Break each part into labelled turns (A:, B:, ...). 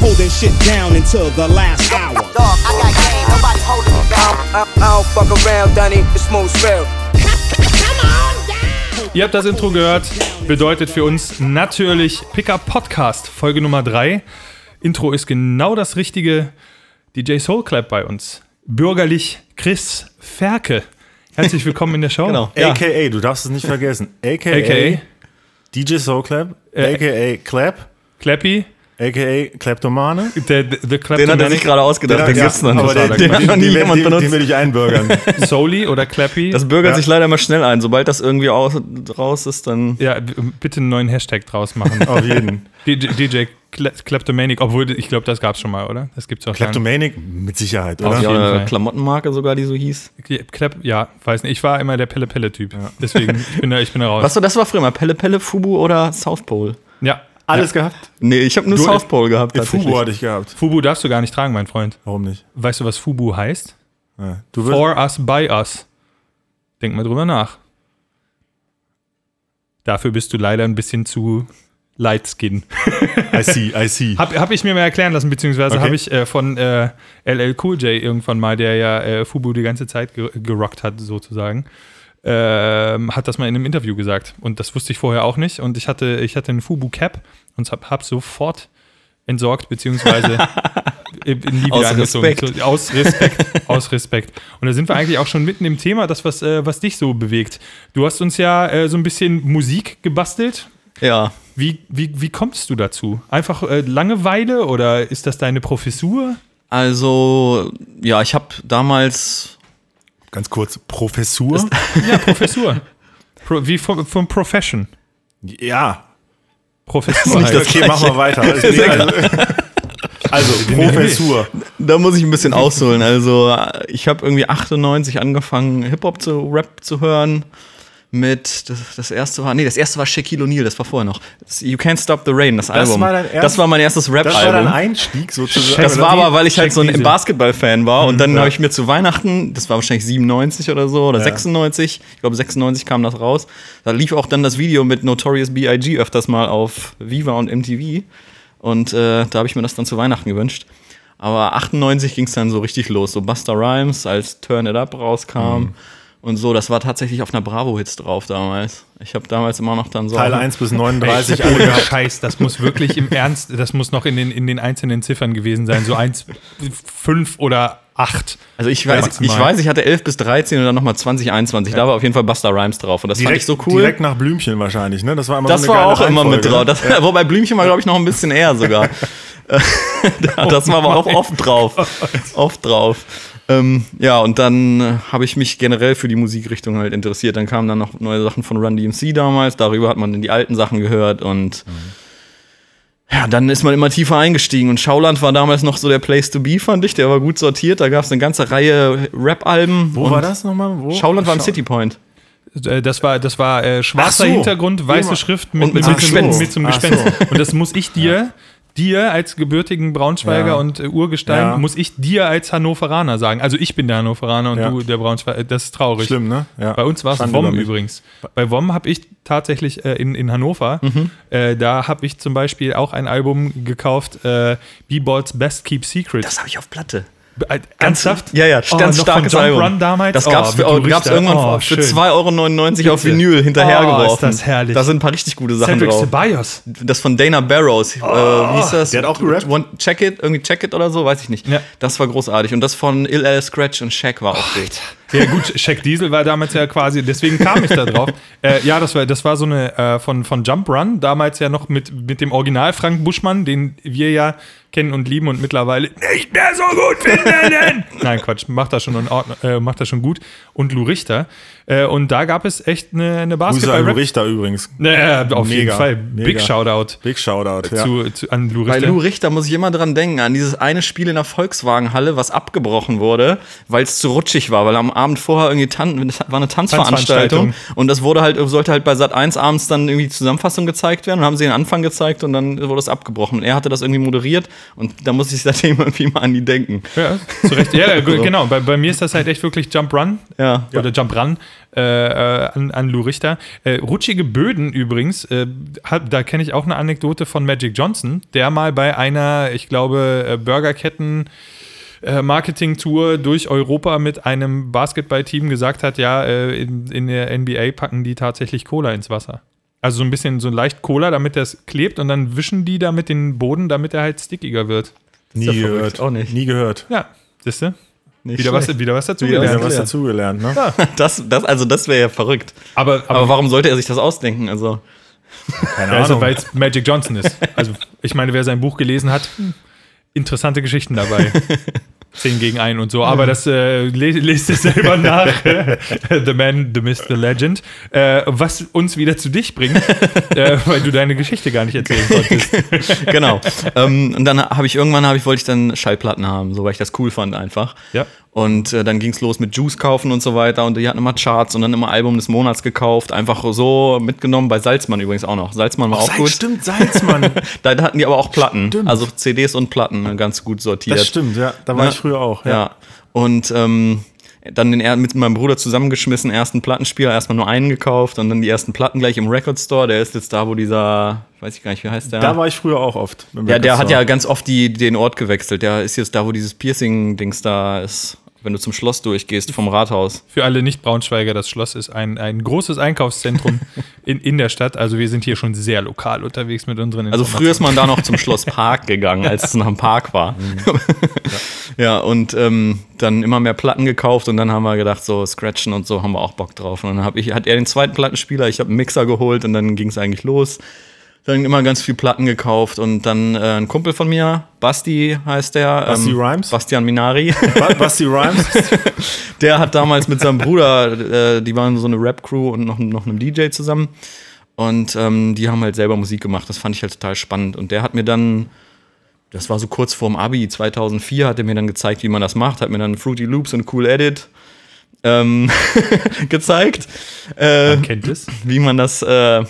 A: holding shit down until the last hour.
B: Dog, I got game, nobody holding me back.
C: I, I don't fuck around, Dunny. It's most real.
D: Ihr habt das Intro gehört. Bedeutet für uns natürlich Picker Podcast, Folge Nummer 3. Intro ist genau das richtige DJ Soulclap bei uns. Bürgerlich Chris Ferke. Herzlich willkommen in der Show.
E: Genau.
D: Ja.
E: AKA, du darfst es nicht vergessen. AKA,
D: AKA
E: DJ Soulclap,
D: Äh,
E: AKA Clap,
D: Clappy,
E: AKA Kleptomane.
D: der, der, der
F: Den hat er
D: Clapton
F: sich gerade ausgedacht, den gibt's noch
E: aber
F: nicht.
E: den,
F: Den,
E: den,
F: hat noch
E: den,
F: nie
E: den,
F: jemand
E: den, den
F: benutzt.
E: will ich einbürgern.
D: Soli oder Clappy.
F: Das bürgert
E: Ja.
F: sich leider immer schnell ein. Sobald das irgendwie aus, raus ist, dann.
D: ja, b- bitte einen neuen Hashtag draus machen.
E: Auf jeden.
D: DJ, DJ Kle Kleptomanic, obwohl ich glaube, das gab's schon mal, oder? Das gibt's auch schon.
E: Kleptomanic mit Sicherheit,
F: Auf
E: oder?
D: jeden Fall.
F: eine Klamottenmarke sogar, die so hieß.
D: Klepp, ja, weiß nicht. Ich war immer der Pelle-Pelle-Typ. Deswegen, ich bin da, ich bin da raus.
F: Was so, das war früher mal Pelle Pelle, Fubu oder South Pole?
D: Ja.
E: Alles gehabt?
F: Nee, ich habe nur
D: Du,
F: South Pole gehabt. tatsächlich.
E: Fubo hatte ich gehabt.
D: Fubu darfst du gar nicht tragen, mein Freund.
E: Warum nicht?
D: Weißt du, was Fubu heißt?
E: Ja. Du wirst,
D: For us, by us. Denk mal drüber nach. Dafür bist du leider ein bisschen zu light skin.
E: I see, I see.
D: Hab, hab ich mir mal erklären lassen, beziehungsweise
E: Okay.
D: habe ich äh, von äh, LL Cool J irgendwann mal, der ja äh, Fubu die ganze Zeit ge gerockt hat, sozusagen, ähm, hat das mal in einem Interview gesagt. Und das wusste ich vorher auch nicht. Und ich hatte, ich hatte einen Fubu Cap und hab, hab sofort entsorgt, beziehungsweise in in Libyen
F: Aus
D: angezogen.
F: Respekt.
D: So, Aus Respekt. aus Respekt. Und da sind wir eigentlich auch schon mitten im Thema, das, was, äh, was dich so bewegt. Du hast uns ja äh, so ein bisschen Musik gebastelt.
F: Ja.
D: Wie, wie, wie kommst du dazu? Einfach äh, Langeweile oder ist das deine Professur?
F: Also, ja, ich habe damals
E: Ganz kurz, Professur?
D: Ja, Professur. Pro, wie von, von Profession.
E: Ja.
D: Professur
F: nicht
D: heißt.
E: Okay, machen wir weiter. Also, nee, also, also Professur.
F: Da muss ich ein bisschen ausholen. Also, ich habe irgendwie 98 angefangen, Hip-Hop zu Rap zu hören. Mit, das, das erste war, nee, das erste war Shaquille O'Neal, das war vorher noch. Das you Can't Stop the Rain, das, Album.
E: war dein erst-
F: das war mein erstes
E: Das war dein
F: Rap-Album.
E: Einstieg sozusagen. Also
F: Das war
E: Oder wie?
F: aber, weil ich halt so ein
D: Check diese.
F: Basketball-Fan war und dann
E: Mhm, ja.
F: habe ich mir zu Weihnachten, das war wahrscheinlich 97 oder so oder 96, ich glaube 96 kam das raus, da lief auch dann das Video mit Notorious B.I.G. öfters mal auf Viva und MTV und äh, da habe ich mir das dann zu Weihnachten gewünscht. Aber 98 ging es dann so richtig los, so Busta Rhymes als Turn It Up rauskam
E: Mhm.
F: und so, das war tatsächlich auf einer Bravo-Hits drauf damals. Ich habe damals immer noch dann so...
E: Teil 1 bis 39 alle
D: Ohne
E: gehabt.
D: Scheiß, das muss wirklich im Ernst, das muss noch in den, in den einzelnen Ziffern gewesen sein. So eins, fünf oder acht.
F: Also ich weiß,
D: Maximal.
F: ich weiß, ich hatte 11 bis 13 und dann nochmal 20, 21. Da war auf jeden Fall Buster Rhymes drauf. Und das fand ich so cool.
E: Direkt nach Blümchen wahrscheinlich, ne? Das war immer
F: das
E: so eine
F: war
E: geile
F: auch immer mit
E: Reihenfolge, ne?
F: drauf. Das, äh, Wobei Blümchen war, glaube ich, noch ein bisschen eher sogar. Da- das war aber auch oft drauf.
E: Oh
F: Oft drauf. Ähm, ja, und dann äh, habe ich mich generell für die Musikrichtung halt interessiert. Dann kamen dann noch neue Sachen von Run DMC damals. Darüber hat man dann die alten Sachen gehört und
E: Mhm.
F: ja, dann ist man immer tiefer eingestiegen. Und Schauland war damals noch so der Place to be, fand ich. Der war gut sortiert. Da gab es eine ganze Reihe Rap-Alben.
E: Wo
F: und
E: war das nochmal? Wo?
F: Schauland war im City Point.
D: Äh, Das war, das war äh, schwarzer
E: Ach so.
D: Hintergrund, weiße
E: Immer.
D: Schrift mit,
F: Und mit
D: mit,
F: so
D: mit,
F: einem
D: mit,
F: Gespenst.
D: mit so einem
E: Ach
D: Gespenst.
E: so.
D: Und das muss ich dir, dir als gebürtigen Braunschweiger
E: Ja.
D: und äh, Urgestein,
E: Ja.
D: muss ich dir als Hannoveraner sagen. Also ich bin der Hannoveraner und
E: Ja.
D: du der Braunschweiger. Das ist traurig.
E: Schlimm, ne? Ja.
D: Bei uns war es
E: Schande
D: WOM
E: über mich.
D: übrigens. Bei WOM habe ich tatsächlich äh, in, in Hannover, äh, da habe ich zum Beispiel auch ein Album gekauft, äh, B-Balls Best Keep Secret.
F: Das habe ich auf Platte.
D: Äh, Ernsthaft?
F: Ja, ja,
D: Oh,
F: ganz
D: noch
F: starkes
D: von Jump
F: Album.
D: Run damals.
F: Das gab's,
D: mit
F: oh,
D: Lou
F: gab's
D: Richter.
F: irgendwann
D: Oh,
F: für
D: schön.
F: 2,99 Euro auf
D: Bitte.
F: Vinyl hinterhergeworfen.
D: Oh, ist das herrlich.
F: Da sind ein paar richtig gute Sachen
D: Cedric
F: drauf.
D: Ceballos.
F: Das von Dana Barrows. äh, wie hieß das?
E: der hat auch gerappt?
F: One, check it, irgendwie check it oder so, weiß ich nicht.
D: Ja. Oh,
F: Das war großartig. Und das von Ill L. Scratch und Shaq war auch gut.
D: Ja gut, Shaq Diesel war damals ja quasi, deswegen kam ich da drauf. äh, ja, das war, das war so eine äh, von, von Jump Run, damals ja noch mit, mit dem Original Frank Buschmann, den wir ja kennen und lieben und mittlerweile nicht mehr so gut finden. Nein, Quatsch, macht das schon, in Ordnung, äh, macht das schon gut. Und Lou Richter. Äh, und da gab es echt eine, eine
E: Grüße an Lou
D: Basketball-Rap.
E: Richter übrigens.
D: Äh, auf jeden
E: Mega,
D: Fall.
E: mega.
D: Big Shoutout
E: Big Shoutout. Ja.
D: Äh, zu, zu, an Lou
F: Bei
D: Richter.
F: Lou Richter muss ich immer dran denken, an dieses eine Spiel in der Volkswagenhalle, was abgebrochen wurde, weil es zu rutschig war, weil am, Abend vorher irgendwie tan war eine Tanzveranstaltung
D: Tanzveranstaltung.
F: und das wurde halt, sollte halt bei Sat 1 abends dann irgendwie die Zusammenfassung gezeigt werden und haben sie den Anfang gezeigt und dann wurde es abgebrochen. Und er hatte das irgendwie moderiert und da muss ich seitdem irgendwie mal an die denken.
D: Ja, zu Recht. Ja, ja, gu- genau. Bei, bei mir ist das halt echt wirklich Jump Run.
F: Ja.
D: Oder Jump Run äh, äh, an, an Lou Richter. Äh, rutschige Böden übrigens, äh, hat, da kenne ich auch eine Anekdote von Magic Johnson, der mal bei einer, ich glaube, äh, Burgerketten äh, Marketing-Tour durch Europa mit einem Basketballteam gesagt hat, ja, äh, in, in der NBA packen die tatsächlich Cola ins Wasser. Also so ein bisschen so leicht Cola, damit das klebt und dann wischen die damit den Boden, damit er halt stickiger wird.
E: Nie
F: verrückt.
E: gehört.
F: Auch nicht.
E: Nie gehört.
D: Ja, siehst du?
F: Nicht
D: Wieder
F: schlecht.
D: was, wieder was dazu
E: Wieder
D: gelernt.
E: was dazugelernt, ne?
F: Das, das, also das wäre ja verrückt.
D: Aber, aber,
F: Aber warum sollte er sich das ausdenken? Also,
E: Keine
D: also,
E: Ahnung.
D: weil es Magic Johnson ist. Also, ich meine, wer sein Buch gelesen hat, hm, interessante Geschichten dabei. Zehn gegen einen und so, aber das äh, le- lest es selber nach. the Man, The Myth, The Legend. Äh, was uns wieder zu dich bringt, äh, weil du deine Geschichte gar nicht erzählen konntest.
F: genau. ähm, und dann habe ich irgendwann habe ich wollte ich dann Schallplatten haben, so weil ich das cool fand einfach.
D: Ja.
F: Und äh, dann ging es los mit Juice kaufen und so weiter. Und die hatten immer Charts und dann immer Album des Monats gekauft. Einfach so mitgenommen. Bei Salzmann übrigens auch noch. Salzmann war auch
E: Oh, Salz-
F: gut.
E: Stimmt, Salzmann.
F: Da hatten die aber auch Platten. Also CDs und Platten äh, ganz gut sortiert.
E: Das stimmt, ja. Da war
F: Ja.
E: ich früher auch.
F: Ja.
E: Ja.
F: Und ähm, dann den, er- mit meinem Bruder zusammengeschmissen, ersten Plattenspieler, erstmal nur einen gekauft und dann die ersten Platten gleich im Record Store. Der ist jetzt da, wo dieser, weiß ich gar nicht, wie heißt der?
E: Da war ich früher auch oft. im
F: ja, der
E: Record
F: hat
E: Store.
F: ja ganz oft die, den Ort gewechselt. Der ist jetzt da, wo dieses Piercing-Dings da ist. Wenn du zum Schloss durchgehst, vom Rathaus.
D: Für alle Nicht-Braunschweiger, das Schloss ist ein, ein großes Einkaufszentrum in, in der Stadt. Also, wir sind hier schon sehr lokal unterwegs mit unseren
F: Also früher ist
D: Informationen.
F: man da noch zum Schloss Park gegangen, als es noch ein Park war.
E: Mhm.
F: ja. und ähm, dann immer mehr Platten gekauft und dann haben wir gedacht, so Scratchen und so haben wir auch Bock drauf. Und dann hab ich, hat er den zweiten Plattenspieler, ich habe einen Mixer geholt und dann ging es eigentlich los. Dann immer ganz viel Platten gekauft und dann äh, ein Kumpel von mir, Basti heißt der. ähm,
E: Basti Rhymes?
F: Bastian Minari.
E: Ba- Basti Rhymes.
F: Der hat damals mit seinem Bruder, äh, die waren so eine Rap-Crew und noch, noch einem DJ zusammen. Und ähm, die haben halt selber Musik gemacht. Das fand ich halt total spannend. Und der hat mir dann, das war so kurz vorm Abi, 2004, hat er mir dann gezeigt, wie man das macht. Hat mir dann Fruity Loops und Cool Edit ähm, gezeigt. Äh,
D: kennt es.
F: wie man das, äh,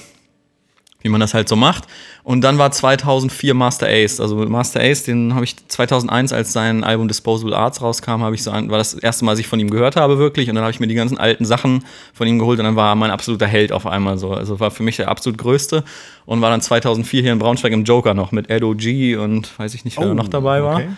F: wie man das halt so macht. Und dann war 2004 Master Ace. Also Master Ace, den habe ich 2001, als sein Album Disposable Arts rauskam, habe ich so ein, war das erste Mal, dass ich von ihm gehört habe wirklich. Und dann habe ich mir die ganzen alten Sachen von ihm geholt und dann war er mein absoluter Held auf einmal so. Also war für mich der absolut größte und war dann 2004 hier in Braunschweig im Joker noch mit Edo G und weiß ich nicht, wer da noch dabei war.
E: okay.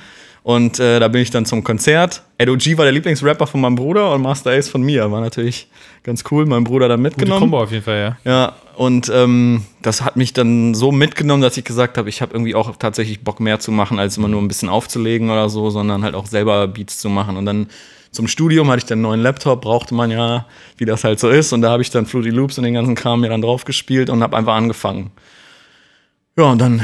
F: Und äh, da bin ich dann zum Konzert. Edo G war der Lieblingsrapper von meinem Bruder und Master Ace von mir. War natürlich ganz cool, mein Bruder dann
D: Gute
F: mitgenommen.
D: Kombo auf jeden Fall, ja.
F: Ja, und ähm, das hat mich dann so mitgenommen, dass ich gesagt habe, ich habe irgendwie auch tatsächlich Bock mehr zu machen, als immer nur ein bisschen aufzulegen oder so, sondern halt auch selber Beats zu machen. Und dann zum Studium hatte ich dann einen neuen Laptop, brauchte man ja, wie das halt so ist. Und da habe ich dann Fruity Loops und den ganzen Kram mir dann drauf gespielt und habe einfach angefangen. Ja, und dann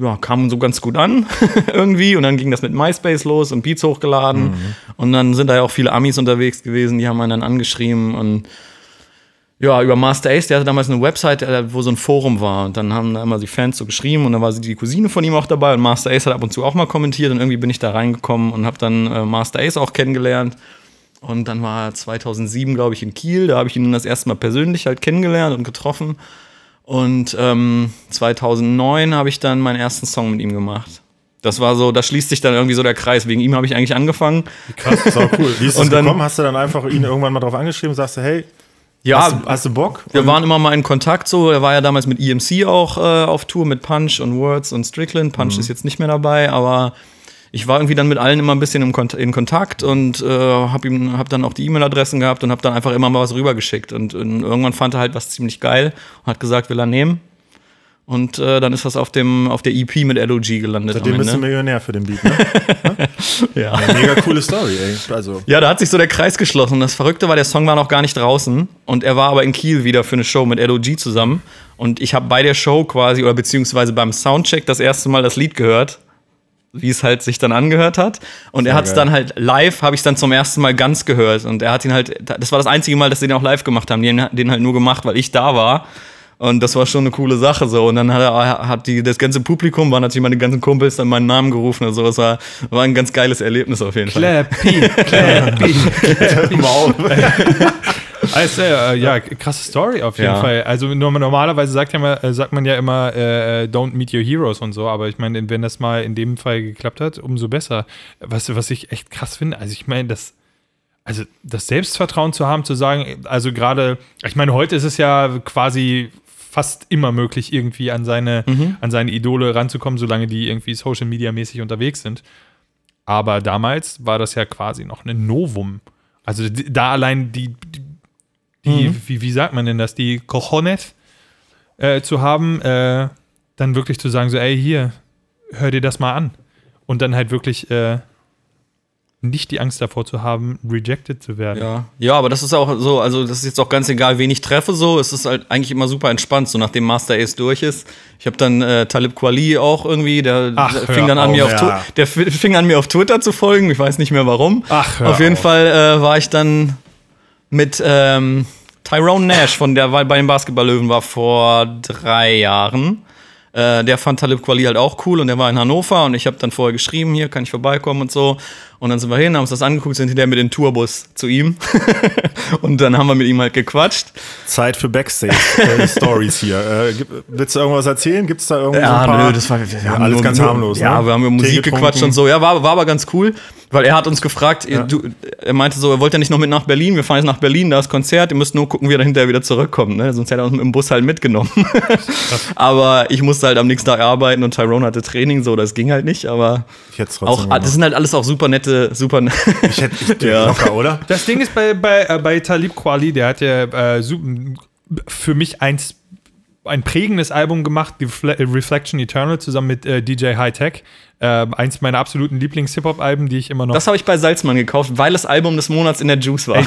F: ja, kam so ganz gut an irgendwie. Und dann ging das mit MySpace los und Beats hochgeladen. Und dann sind da ja auch viele Amis unterwegs gewesen, die haben einen dann angeschrieben und ja, über Master Ace, der hatte damals eine Website, äh, wo so ein Forum war. Und dann haben da immer die Fans so geschrieben und dann war sie- die Cousine von ihm auch dabei. Und Master Ace hat ab und zu auch mal kommentiert und irgendwie bin ich da reingekommen und habe dann äh, Master Ace auch kennengelernt. Und dann war er 2007, glaube ich, in Kiel. Da habe ich ihn das erste Mal persönlich halt kennengelernt und getroffen. Und ähm, 2009 habe ich dann meinen ersten Song mit ihm gemacht. Das war so, da schließt sich dann irgendwie so der Kreis. Wegen ihm habe ich eigentlich angefangen.
E: Krass, das war cool. Wie ist das
F: Und dann-
E: gekommen? Hast du dann einfach ihn irgendwann mal drauf angeschrieben, sagst du, hey,
F: Ja,
E: hast, du, hast du Bock?
F: Wir waren immer mal in Kontakt so. Er war ja damals mit EMC auch äh, auf Tour mit Punch und Words und Strickland.
E: Mhm.
F: Punch ist jetzt nicht mehr dabei, aber ich war irgendwie dann mit allen immer ein bisschen im Kont in Kontakt und äh, habe ihm hab dann auch die E-Mail-Adressen gehabt und habe dann einfach immer mal was rübergeschickt und, und irgendwann fand er halt was ziemlich geil und hat gesagt, will er nehmen. Und äh, dann ist das auf dem auf der EP mit LOG gelandet.
E: Seitdem bist du Millionär für den Beat, ne?
F: ne? ja.
E: Mega coole Story, ey. Also,
F: Ja, da hat sich so der Kreis geschlossen. Und das Verrückte war, der Song war noch gar nicht draußen. Und er war aber in Kiel wieder für eine Show mit LOG zusammen. Und ich habe bei der Show quasi, oder beziehungsweise beim Soundcheck, das erste Mal das Lied gehört. Wie es halt sich dann angehört hat. Und er hat es
E: geil.
F: dann halt live, habe ich dann zum ersten Mal ganz gehört. Und er hat ihn halt, das war das einzige Mal, dass sie den auch live gemacht haben. Die haben den halt nur gemacht, weil ich da war. Und das war schon eine coole Sache so. Und dann hat, er, hat die, das ganze Publikum, waren natürlich meine ganzen Kumpels dann meinen Namen gerufen und so. Das war, war ein ganz geiles Erlebnis auf jeden Fall.
D: Clappy, Clappy.
E: Mal auf.
D: Also, äh, ja, krasse Story auf jeden
F: Ja.
D: Fall. Also nur- normalerweise sagt, ja mal, äh, sagt man ja immer, äh, äh, don't meet your heroes und so, aber ich meine, wenn das mal in dem Fall geklappt hat, umso besser. Weißt du, was ich echt krass finde? Also ich meine, das, also das Selbstvertrauen zu haben, zu sagen, also gerade, ich meine, heute ist es ja quasi fast immer möglich, irgendwie an seine, an seine Idole ranzukommen, solange die irgendwie Social Media mäßig unterwegs sind. Aber damals war das ja quasi noch ein Novum. Also d- da allein die, die, die
F: Mhm.
D: wie, wie sagt man denn das, die Cojones äh, zu haben, äh, dann wirklich zu sagen, so, ey, hier, hör dir das mal an. Und dann halt wirklich äh, nicht die Angst davor zu haben, rejected zu werden.
F: Ja. ja, aber das ist auch so, also das ist jetzt auch ganz egal, wen ich treffe, so. Es ist halt eigentlich immer super entspannt, so nachdem Master Ace durch ist. Ich habe dann äh, Talib Kweli auch irgendwie, der,
D: Ach,
F: der
D: hör
F: fing dann an
D: auf,
F: mir auf,
E: ja.
F: Tu- der fi- fing an mir auf Twitter zu folgen, ich weiß nicht mehr warum.
D: Ach, hör
F: auf jeden
D: auf.
F: Fall äh, war ich dann mit ähm, Tyrone Nash von der war bei den Basketballlöwen war vor drei Jahren. Äh, der fand Talib Kweli halt auch cool und der war in Hannover und ich habe dann vorher geschrieben, hier kann ich vorbeikommen und so. Und dann sind wir hin, haben uns das angeguckt, sind hinterher mit dem Tourbus zu ihm. und dann haben wir mit ihm halt gequatscht.
E: Zeit für Backstage-Stories hier. Äh, gib- willst du irgendwas erzählen? Gibt es da irgendwas?
F: haben
E: alles
F: nur-
E: ganz
F: nur-
E: harmlos.
F: Ja,
E: ne?
F: wir haben über
E: Tee
F: Musik
E: getrunken.
F: gequatscht und so. Ja, war, war aber ganz cool, weil er hat uns gefragt, ihr- du, er meinte so, er wollte ja nicht noch mit nach Berlin, wir fahren jetzt nach Berlin, da ist Konzert, ihr müsst nur gucken, wie er hinterher wieder zurückkommt, ne? sonst hätte er uns im Bus halt mitgenommen. aber ich musste halt am nächsten Tag arbeiten und Tyrone hatte Training, so, das ging halt nicht, aber
E: Ich hätte es
F: auch,
E: trotzdem
F: ah, das
E: gemacht.
F: sind halt alles auch super nette, super ne-
E: Ich hätte ich,
F: Ja.
E: locker, oder?
D: Das Ding ist bei, bei, äh, bei Talib Kweli, der hat ja äh, su- m- für mich eins, ein prägendes Album gemacht, die Fle- äh, Reflection Eternal, zusammen mit äh, DJ Hightech. Äh, eins meiner absoluten Lieblings-Hip-Hop-Alben, die ich immer noch.
F: Das habe ich bei Salzmann gekauft, weil das Album des Monats in der Juice war.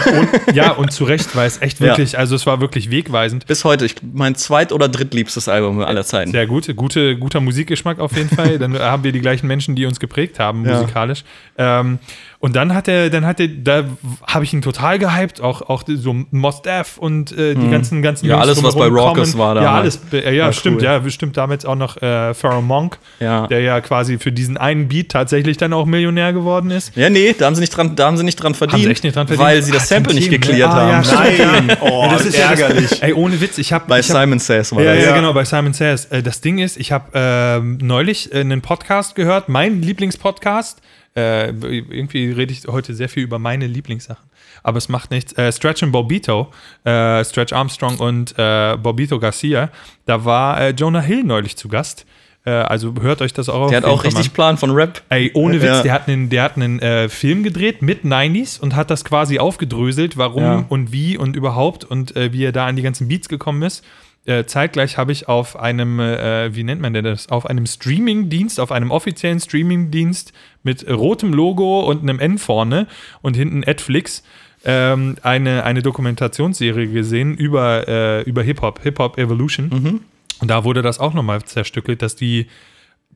D: ja, und zu Recht, weil es echt
F: Ja.
D: wirklich, also es war wirklich wegweisend.
F: Bis heute, ich, mein zweit- oder drittliebstes Album aller Zeiten.
D: Sehr gut, gute, guter Musikgeschmack auf jeden Fall. Dann haben wir die gleichen Menschen, die uns geprägt haben, musikalisch. Ähm, und dann hat er, dann hat er, da habe ich ihn total gehypt, auch, auch so Mos Def und äh, die ganzen, ganzen
F: Mhm. Ja,
D: Jungs
F: alles, was
D: drumherum
F: bei Raucus
D: kommen.
F: war
D: Ja,
F: damals.
D: alles, äh, ja,
F: War
D: stimmt,
F: cool.
D: ja, bestimmt damals auch noch äh, Pharaoh Monk,
F: Ja.
D: der ja quasi für diesen einen Beat tatsächlich dann auch Millionär geworden ist.
F: Ja, nee, da haben sie nicht dran, da haben sie nicht dran verdient,
D: echt nicht dran verdient?
F: weil sie das
D: Ah,
F: Sample nicht
D: Team, ne?
F: geklärt
D: Ah, ja,
F: haben.
D: stimmt.
E: Nein, oh,
D: das ist Ja das, ey, ohne Witz, ich habe
F: Bei Simon Says war
D: Ja,
F: das.
D: ja,
E: Ja.
D: genau, bei Simon Says. Äh, Das Ding ist, ich habe ähm, neulich äh, einen Podcast gehört, mein Lieblingspodcast. Äh, irgendwie rede ich heute sehr viel über meine Lieblingssachen. Aber es macht nichts. Äh, Stretch und Bobito, äh, Stretch Armstrong und äh, Bobito Garcia, da war äh, Jonah Hill neulich zu Gast. Äh, also hört euch das auch
F: Der hat auch richtig Plan von Rap.
D: Ey, ohne Witz,
F: Ja.
D: der hat einen, der hat einen äh, Film gedreht mit 90s und hat das quasi aufgedröselt, warum
F: Ja.
D: und wie und überhaupt und äh, wie er da an die ganzen Beats gekommen ist. Äh, zeitgleich habe ich auf einem, äh, wie nennt man denn das, auf einem Streaming-Dienst, auf einem offiziellen Streaming-Dienst mit rotem Logo und einem N vorne und hinten Netflix ähm, eine, eine Dokumentationsserie gesehen über, äh, über Hip-Hop, Hip-Hop Evolution.
F: Mhm.
D: Und da wurde das auch nochmal zerstückelt, dass die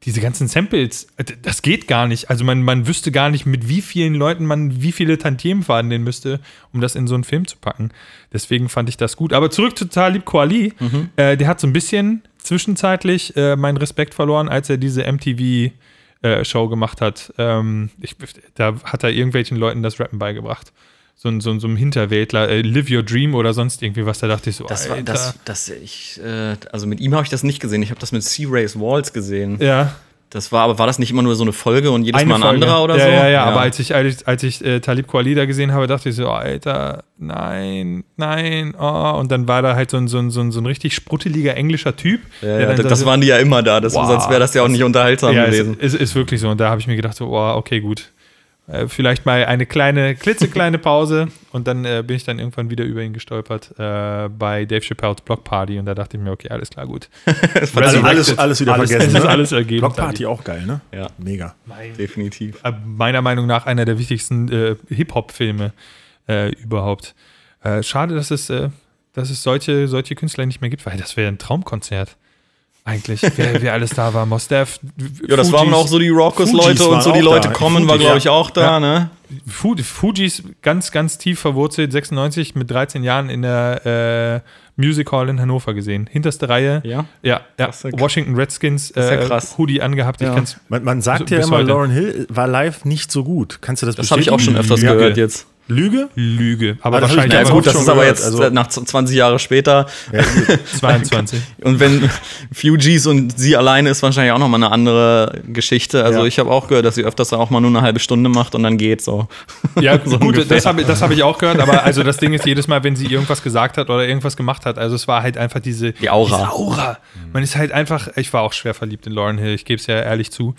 D: diese ganzen Samples, äh, d- das geht gar nicht. Also man, man wüsste gar nicht, mit wie vielen Leuten man wie viele Tantiemen verhandeln müsste, um das in so einen Film zu packen. Deswegen fand ich das gut. Aber zurück zu Talib Kweli.
F: Mhm.
D: Äh, der hat so ein bisschen zwischenzeitlich äh, meinen Respekt verloren, als er diese MTV äh, Show gemacht hat. Ähm, ich, da hat er irgendwelchen Leuten das Rappen beigebracht. So ein, so ein, so ein Hinterwäldler, äh, Live Your Dream oder sonst irgendwie was. Da dachte ich so,
F: Das war
D: Alter.
F: das, das ich, äh, also mit ihm habe ich das nicht gesehen. Ich habe das mit Sea Race Walls gesehen.
D: Ja.
F: Das war, aber war das nicht immer nur so eine Folge und jedes Mal ein
D: Folge.
F: anderer oder
D: ja,
F: so?
D: Ja, ja, aber als ich, als ich, als ich äh, Talib Kweli da gesehen habe, dachte ich so, Alter, nein, nein, oh. Und dann war da halt so ein, so ein, so ein, so ein richtig sprutteliger englischer Typ.
F: ja,
D: der
F: ja,
D: dann
F: das,
D: so-
F: das waren die ja immer da. Das,
D: Wow.
F: sonst wäre das ja auch nicht unterhaltsam
D: ja,
F: gewesen.
D: Ist, ist, ist wirklich so. Und da habe ich mir gedacht, so, oh, okay, gut. Äh, Vielleicht mal eine kleine, klitzekleine Pause und dann äh, bin ich dann irgendwann wieder über ihn gestolpert äh, bei Dave Chappelle's Block Party und da dachte ich mir, okay, alles klar, gut.
E: Also alles,
D: Resurrected.
E: alles wieder
D: Alles-
E: vergessen.
D: es ist
E: ne?
D: alles ergeben,
E: Blockparty
D: Tali.
E: auch geil, ne?
F: Ja.
E: Mega.
F: Definitiv.
D: äh, meiner Meinung nach einer der wichtigsten äh, Hip-Hop-Filme äh, überhaupt. Äh, schade, dass es, äh, dass es solche, solche Künstler nicht mehr gibt, weil das wäre ein Traumkonzert. Eigentlich, wer, wer alles da war, Mos Def.
F: Ja, das waren auch so die
E: Fujis
F: Rockus-Leute
E: waren
F: und so die
E: auch
F: Leute
E: da.
F: kommen, war
E: Fujis,
F: glaube
E: ja.
F: ich auch da,
D: Ja.
F: ne?
D: Fu Fujis ganz, ganz tief verwurzelt, 96 mit 13 Jahren in der äh, Music Hall in Hannover gesehen. Hinterste Reihe.
F: Ja?
D: Ja, ja.
F: Das ist ja krass.
D: Washington Redskins,
F: ist ja
D: äh,
F: krass.
D: Hoodie angehabt.
F: Ja.
D: Ich kann's,
E: Man, man sagt
D: Also
E: ja
D: bis
E: immer,
D: heute.
E: Lauren Hill war live nicht so gut. Kannst du das
F: Das habe ich auch schon öfters
E: Lüge.
F: gehört jetzt.
E: Lüge?
D: Lüge. Aber
E: Ah, das hab ich
D: wahrscheinlich
F: Ja,
E: ganz
D: aber
F: Also, gut,
E: oft
F: das
E: schon
F: ist aber
E: gehört,
F: jetzt
E: also-
F: äh, nach 20 Jahre später.
D: 22.
F: Und wenn Fugees und sie alleine ist wahrscheinlich auch nochmal eine andere Geschichte. Also
E: Ja.
F: ich habe auch gehört, dass sie öfters auch mal nur eine halbe Stunde macht und dann geht so.
D: Ja,
F: So
D: gut,
F: ungefähr.
D: das habe das hab ich auch gehört, aber also das Ding ist, jedes Mal, wenn sie irgendwas gesagt hat oder irgendwas gemacht hat, also es war halt einfach diese,
F: Die Aura. Mhm.
D: diese Aura. Man ist halt einfach, ich war auch schwer verliebt in Lauren Hill, ich gebe es ja ehrlich zu.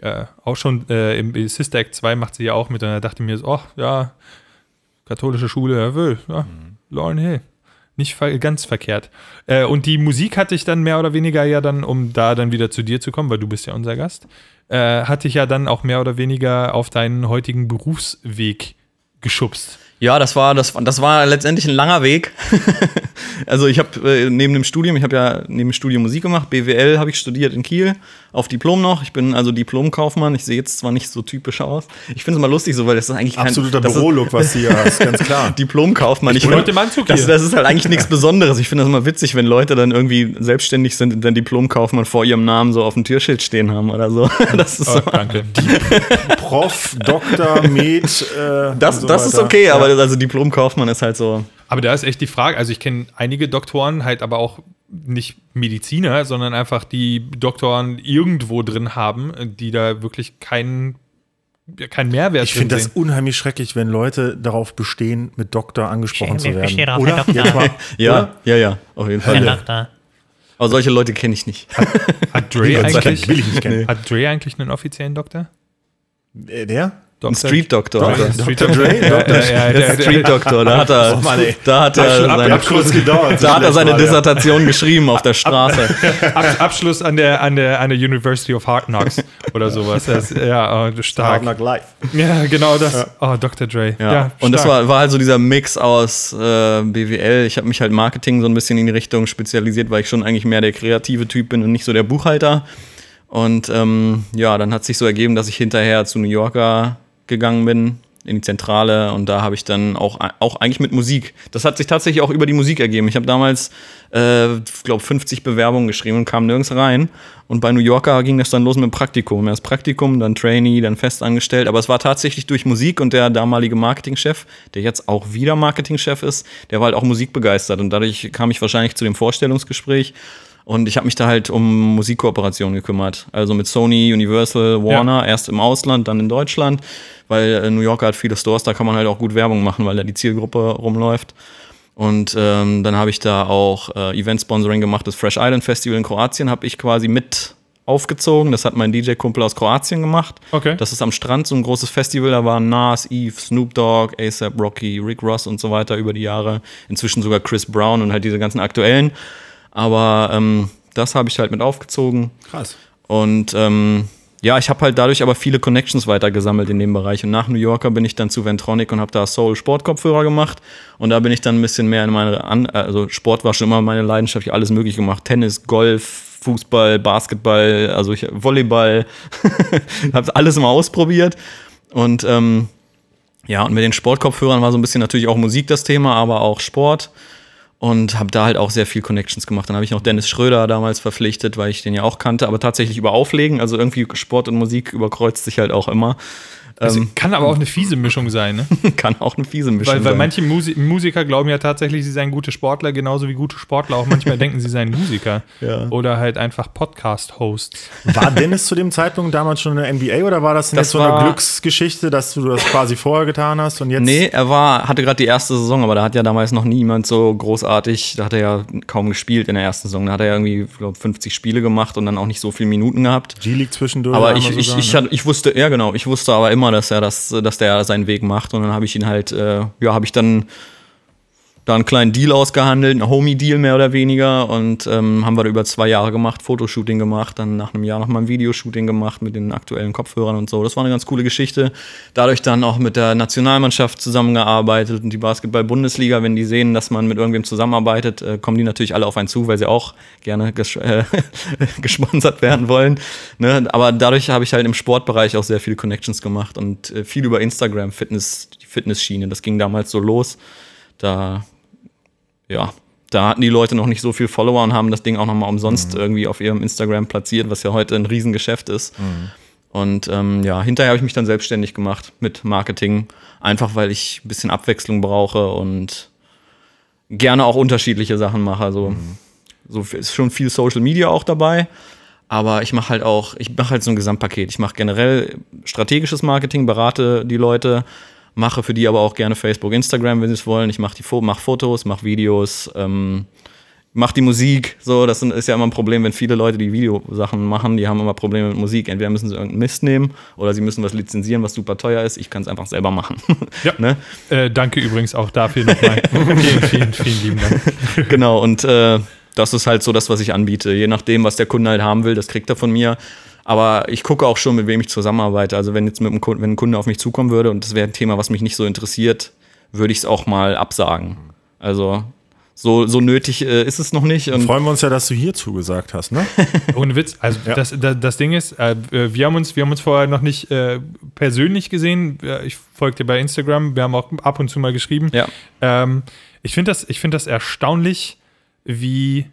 D: Äh, auch schon äh, im Sister Act 2 macht sie ja auch mit und da dachte ich mir so, oh ja, katholische Schule, er will, ja,
F: Mhm.
D: Lauren Hill. Nicht ver ganz verkehrt. Äh, und die Musik hatte ich dann mehr oder weniger ja dann, um da dann wieder zu dir zu kommen, weil du bist ja unser Gast, äh, hatte ich ja dann auch mehr oder weniger auf deinen heutigen Berufsweg geschubst.
F: Ja, das war das, das war letztendlich ein langer Weg. also ich habe äh, neben dem Studium, ich habe ja neben dem Studium Musik gemacht, BWL habe ich studiert in Kiel, auf Diplom noch. Ich bin also Diplomkaufmann. Ich sehe jetzt zwar nicht so typisch aus. Ich finde es mal lustig so, weil das ist eigentlich kein
E: Absoluter
F: das ist-
E: Bürolook, was du hier hast, ganz klar.
F: Diplomkaufmann. Ich
D: bin
F: find,
D: heute im Anzug
F: das,
D: hier.
F: das ist halt eigentlich nichts Besonderes. Ich finde das immer witzig, wenn Leute dann irgendwie selbstständig sind und dann Diplomkaufmann vor ihrem Namen so auf dem Türschild stehen haben oder so. Das ist,
D: Oh,
F: so,
D: danke.
E: Prof, Doktor, Med. Äh,
F: das,
E: und so
F: das ist
E: weiter.
F: okay, aber also Diplomkaufmann ist halt so.
D: Aber da ist echt die Frage, also ich kenne einige Doktoren, halt aber auch nicht Mediziner, sondern einfach die Doktoren irgendwo drin haben, die da wirklich keinen ja, keinen Mehrwert
E: Ich finde
D: drin
E: das unheimlich schrecklich, wenn Leute darauf bestehen, mit Doktor angesprochen zu
G: Ich
E: werden.
G: bestehe darauf,
E: Oder?
G: Herr Doktor.
E: Jetzt mal,
F: Ja, ja, ja, auf jeden Fall.
G: Herr
E: Hölle.
G: Doktor.
F: Aber solche Leute kenne ich nicht.
D: Hat Dre
E: Niemand kennt,
D: eigentlich,
E: will ich nicht kennen.
D: hat Dre eigentlich einen offiziellen Doktor?
E: Äh, Der?
F: Ein
D: Doktor-
F: Street Doctor.
D: Dr.
F: Also.
D: Street Doctor.
E: Dre?
D: Ja, ja, ja,
F: Der
D: der-
F: ist Street Doctor, da hat er,
E: Mann, ey.
F: da hat
E: Hat
F: er
E: schon ab-
F: seine,
E: hat kurz gedauert.
F: da hat er seine
E: Vielleicht war der.
F: Dissertation geschrieben auf der Straße.
D: der Ab- Abschluss an der, an, der, an der University of Hard Knocks oder sowas. Das, ja, oh,
E: Hard
D: stark.
E: Knock Live.
D: Ja, genau das. Oh, Dr. Dre.
F: Ja. und das
D: stark.
F: war, war halt so dieser Mix aus äh, BWL. Ich habe mich halt Marketing so ein bisschen in die Richtung spezialisiert, weil ich schon eigentlich mehr der kreative Typ bin und nicht so der Buchhalter. Und ähm, ja, dann hat sich so ergeben, dass ich hinterher zu New Yorker gegangen bin, in die Zentrale. Und da habe ich dann auch, auch eigentlich mit Musik. Das hat sich tatsächlich auch über die Musik ergeben. Ich habe damals, äh, glaube 50 Bewerbungen geschrieben und kam nirgends rein. Und bei New Yorker ging das dann los mit dem Praktikum. Erst Praktikum, dann Trainee, dann festangestellt. Aber es war tatsächlich durch Musik und der damalige Marketingchef, der jetzt auch wieder Marketingchef ist, der war halt auch musikbegeistert. Und dadurch kam ich wahrscheinlich zu dem Vorstellungsgespräch. Und ich habe mich da halt um Musikkooperationen gekümmert. Also mit Sony, Universal, Warner, erst im Ausland, dann in Deutschland, weil äh, New Yorker hat viele Stores, da kann man halt auch gut Werbung machen, weil da die Zielgruppe rumläuft. Und ähm, dann habe ich da auch äh, Event-Sponsoring gemacht. Das Fresh Island Festival in Kroatien habe ich quasi mit aufgezogen. Das hat mein DJ-Kumpel aus Kroatien gemacht.
D: Okay.
F: Das ist am Strand so ein großes Festival. Da waren Nas, Eve, Snoop Dogg, ASAP Rocky, Rick Ross und so weiter über die Jahre. Inzwischen sogar Chris Brown und halt diese ganzen aktuellen. Aber ähm, das habe ich halt mit aufgezogen.
E: Krass.
F: Und ähm, ja, ich habe halt dadurch aber viele Connections weitergesammelt in dem Bereich. Und nach New Yorker bin ich dann zu Ventronic und habe da Soul Sportkopfhörer gemacht. Und da bin ich dann ein bisschen mehr in meine, An also Sport war schon immer meine Leidenschaft, ich habe alles möglich gemacht. Tennis, Golf, Fußball, Basketball, also ich, Volleyball. habe alles mal ausprobiert. Und ähm, ja, und mit den Sportkopfhörern war so ein bisschen natürlich auch Musik das Thema, aber auch Sport und habe da halt auch sehr viel Connections gemacht. Dann habe ich noch Dennis Schröder damals verpflichtet, weil ich den ja auch kannte, aber tatsächlich über Auflegen, also irgendwie Sport und Musik überkreuzt sich halt auch immer.
D: Also,
F: ähm,
D: kann aber auch eine fiese Mischung sein, ne?
F: Kann auch eine fiese Mischung
D: Weil, weil
F: sein.
D: manche Musi Musiker glauben ja tatsächlich, sie seien gute Sportler, genauso wie gute Sportler auch manchmal denken, sie seien Musiker.
F: Ja.
D: Oder halt einfach Podcast-Hosts.
E: War Dennis zu dem Zeitpunkt damals schon in der NBA oder war das, denn
F: Das
E: jetzt so eine
F: war-
E: Glücksgeschichte, dass du das quasi vorher getan hast und jetzt.
F: Nee, er war, hatte gerade die erste Saison, aber da hat ja damals noch niemand so großartig, da hat er ja kaum gespielt in der ersten Saison. Da hat er ja irgendwie, glaube 50 Spiele gemacht und dann auch nicht so viele Minuten gehabt.
E: G-League zwischendurch.
F: Aber
E: einmal
F: ich, ich,
E: sogar,
F: ich,
E: ne?
F: hatte, ich wusste, ja genau, ich wusste aber immer, dass er das, dass der seinen Weg macht. Und dann habe ich ihn halt, äh, ja, habe ich dann da einen kleinen Deal ausgehandelt, einen Homie-Deal mehr oder weniger. Und ähm, haben wir da über zwei Jahre gemacht, Fotoshooting gemacht, dann nach einem Jahr nochmal ein Videoshooting gemacht mit den aktuellen Kopfhörern und so. Das war eine ganz coole Geschichte. Dadurch dann auch mit der Nationalmannschaft zusammengearbeitet und die Basketball-Bundesliga, wenn die sehen, dass man mit irgendwem zusammenarbeitet, äh, kommen die natürlich alle auf einen zu, weil sie auch gerne ges äh, gesponsert werden wollen. Ne? Aber dadurch habe ich halt im Sportbereich auch sehr viele Connections gemacht und äh, viel über Instagram, Fitness, die Fitnessschiene. Das ging damals so los da, ja, da hatten die Leute noch nicht so viel Follower und haben das Ding auch nochmal umsonst irgendwie auf ihrem Instagram platziert, was ja heute ein Riesengeschäft ist. Und ähm, ja, hinterher habe ich mich dann selbstständig gemacht mit Marketing, einfach weil ich ein bisschen Abwechslung brauche und gerne auch unterschiedliche Sachen mache. Also so f- ist schon viel Social Media auch dabei. Aber ich mache halt auch, ich mache halt so ein Gesamtpaket. Ich mache generell strategisches Marketing, berate die Leute, mache für die aber auch gerne Facebook, Instagram, wenn sie es wollen. Ich mache die Fo mach Fotos, mache Videos, ähm, mache die Musik. So, das sind- ist ja immer ein Problem, wenn viele Leute die Videosachen machen, die haben immer Probleme mit Musik. Entweder müssen sie irgendeinen Mist nehmen oder sie müssen was lizenzieren, was super teuer ist. Ich kann es einfach selber machen.
D: Ja.
F: ne?
D: Äh, danke übrigens auch dafür nochmal. vielen, vielen, vielen lieben Dank.
F: genau, und äh, das ist halt so das, was ich anbiete. Je nachdem, was der Kunde halt haben will, das kriegt er von mir. Aber ich gucke auch schon, mit wem ich zusammenarbeite. Also wenn jetzt mit einem Kunden, wenn ein Kunde auf mich zukommen würde und das wäre ein Thema, was mich nicht so interessiert, würde ich es auch mal absagen. Also so, so nötig äh, ist es noch nicht. Und
E: Freuen wir uns ja, dass du hier zugesagt hast, ne?
D: Ohne Witz. Also
E: Ja.
D: das, das, das Ding ist, äh, wir haben uns, wir haben uns vorher noch nicht äh, persönlich gesehen. Äh, Ich folge dir bei Instagram. Wir haben auch ab und zu mal geschrieben.
F: Ja.
D: Ähm, ich finde das, ich finde das erstaunlich, wie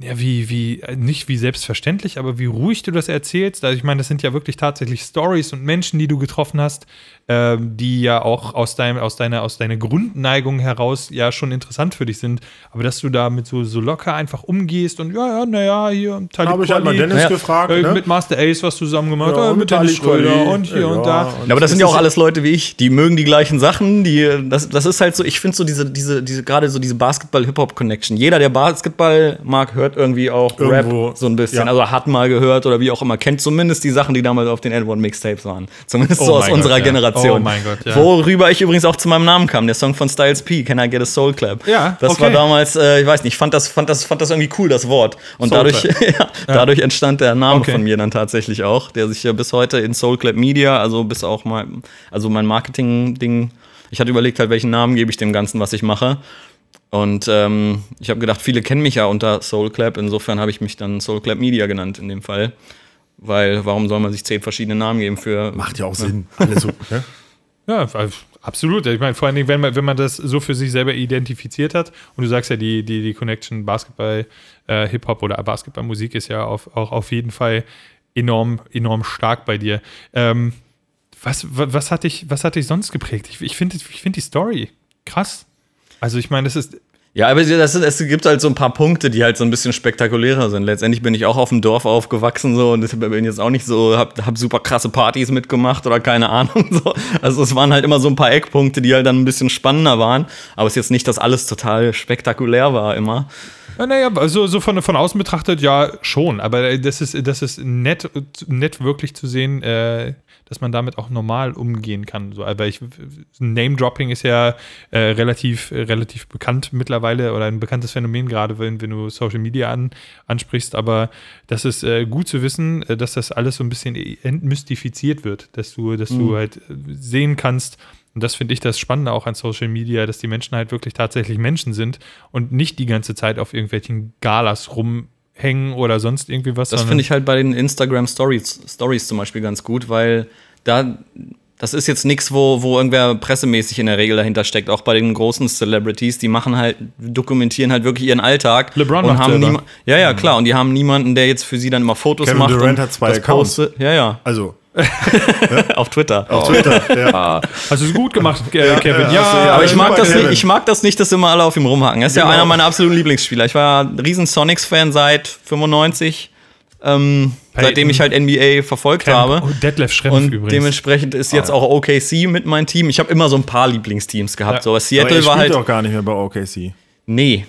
D: ja, wie, wie, äh, nicht wie selbstverständlich, aber wie ruhig du das erzählst. Also ich meine, das sind ja wirklich tatsächlich Stories und Menschen, die du getroffen hast, ähm, die ja auch aus, deinem, aus, deiner, aus deiner Grundneigung heraus ja schon interessant für dich sind. Aber dass du damit so, so locker einfach umgehst und ja, ja, naja, hier, Talib
E: Habe ich halt mal
D: Kweli,
E: Dennis
F: Ja.
E: gefragt,
D: äh,
E: ne?
D: mit Master Ace was zusammen gemacht, äh,
E: Ja, und
D: mit Dennis
E: Ali Kweli,
D: Schröder und hier
E: ja,
D: und da.
E: und-
F: Ja, aber das sind ja
D: ist
F: auch alles Leute wie ich, die mögen die gleichen Sachen, die das, das ist halt so, ich finde so diese diese diese gerade so diese Basketball Hip Hop Connection. Jeder der Basketball mag hört irgendwie auch
E: Irgendwo,
F: Rap so ein bisschen,
E: ja.
F: also hat mal gehört oder wie auch immer, kennt zumindest die Sachen, die damals auf den N1 Mixtapes waren. Zumindest
D: Oh
F: so aus
D: mein Gott,
F: unserer
D: ja. Oh
F: Generation.
D: mein Gott, ja.
F: Worüber ich übrigens auch zu meinem Namen kam, der Song von Styles P, Can I Get a Soul Clap.
D: Ja,
F: das
D: okay.
F: war damals, äh, ich weiß nicht, ich fand das fand das fand das irgendwie cool das Wort und
D: Soul
F: dadurch
D: Clap.
F: ja, dadurch entstand der Name
D: Okay.
F: von mir dann tatsächlich auch, der sich ja bis heute in Soulclap Media, also bis auch mal, also mein Marketing-Ding, ich hatte überlegt halt, welchen Namen gebe ich dem Ganzen, was ich mache. Und ähm, ich habe gedacht, viele kennen mich ja unter Soulclap, insofern habe ich mich dann Soulclap Media genannt in dem Fall. Weil, warum soll man sich zehn verschiedene Namen geben für.
E: Macht ja auch Sinn. Alle so, ne?
D: Ja, also absolut. Ich meine, vor allen Dingen, wenn man, wenn man das so für sich selber identifiziert hat, und du sagst ja, die, die, die Connection Basketball, äh, Hip-Hop oder Basketballmusik ist ja auf, auch auf jeden Fall enorm, enorm stark bei dir. Ähm, was, was, was, hat dich, was hat dich sonst geprägt? Ich, ich finde ich find die Story krass. Also ich meine, das ist,
F: Ja, aber das, sind- es gibt halt so ein paar Punkte, die halt so ein bisschen spektakulärer sind. Letztendlich bin ich auch auf dem Dorf aufgewachsen so und ich bin jetzt auch nicht so, hab, hab super krasse Partys mitgemacht oder keine Ahnung so. Also es waren halt immer so ein paar Eckpunkte, die halt dann ein bisschen spannender waren. Aber es ist jetzt nicht, dass alles total spektakulär war immer.
D: Ja, naja, also so, so von, von außen betrachtet, ja, schon. Aber äh, das ist, das ist nett, nett wirklich zu sehen, äh, dass man damit auch normal umgehen kann. So, aber ich, Name-Dropping ist ja äh, relativ, äh, relativ bekannt mittlerweile oder ein bekanntes Phänomen, gerade wenn, wenn du Social Media an, ansprichst. Aber das ist äh, gut zu wissen, äh, dass das alles so ein bisschen e-, entmystifiziert wird, dass du, dass du halt äh, sehen kannst, und das finde ich das Spannende auch an Social Media, dass die Menschen halt wirklich tatsächlich Menschen sind und nicht die ganze Zeit auf irgendwelchen Galas rumhängen oder sonst irgendwie was.
F: Das
D: sondern-
F: finde ich halt bei den Instagram Stories, Stories zum Beispiel ganz gut, weil da das ist jetzt nichts, wo, wo irgendwer pressemäßig in der Regel dahinter steckt. Auch bei den großen Celebrities, die machen halt, dokumentieren halt wirklich ihren Alltag.
D: LeBron
F: und
D: macht
F: haben
D: selber. Mhm.
F: niema- Ja, ja, klar. Und die haben niemanden, der jetzt für sie dann immer Fotos
E: Kevin
F: macht. und
E: Durant hat zwei
F: das
E: Accounts. Oh,
F: postet. Ja, ja.
E: Also,
F: Auf Twitter.
E: auf Twitter. Ja.
D: Hast du es gut gemacht, äh, Kevin.
E: ja,
D: Ja,
E: hast du ja.
F: Aber ich
E: Super
F: mag, das
E: Kevin.
F: nicht, ich mag das nicht, dass immer alle auf ihm rumhacken. Er ist ja
E: Genau.
F: einer meiner absoluten Lieblingsspieler. Ich war ein riesen Sonics-Fan seit 95, ähm,
D: Peyton.
F: seitdem ich halt NBA verfolgt
D: Camp.
F: habe.
D: Oh, Detlef Schrempf
F: Und
D: übrigens.
F: dementsprechend ist jetzt auch OKC mit meinem Team. Ich habe immer so ein paar Lieblingsteams gehabt.
D: Ja.
F: So, aber
E: Aber
F: Seattle
E: er
F: war halt.
E: spielt auch gar nicht mehr bei OKC.
F: Nee.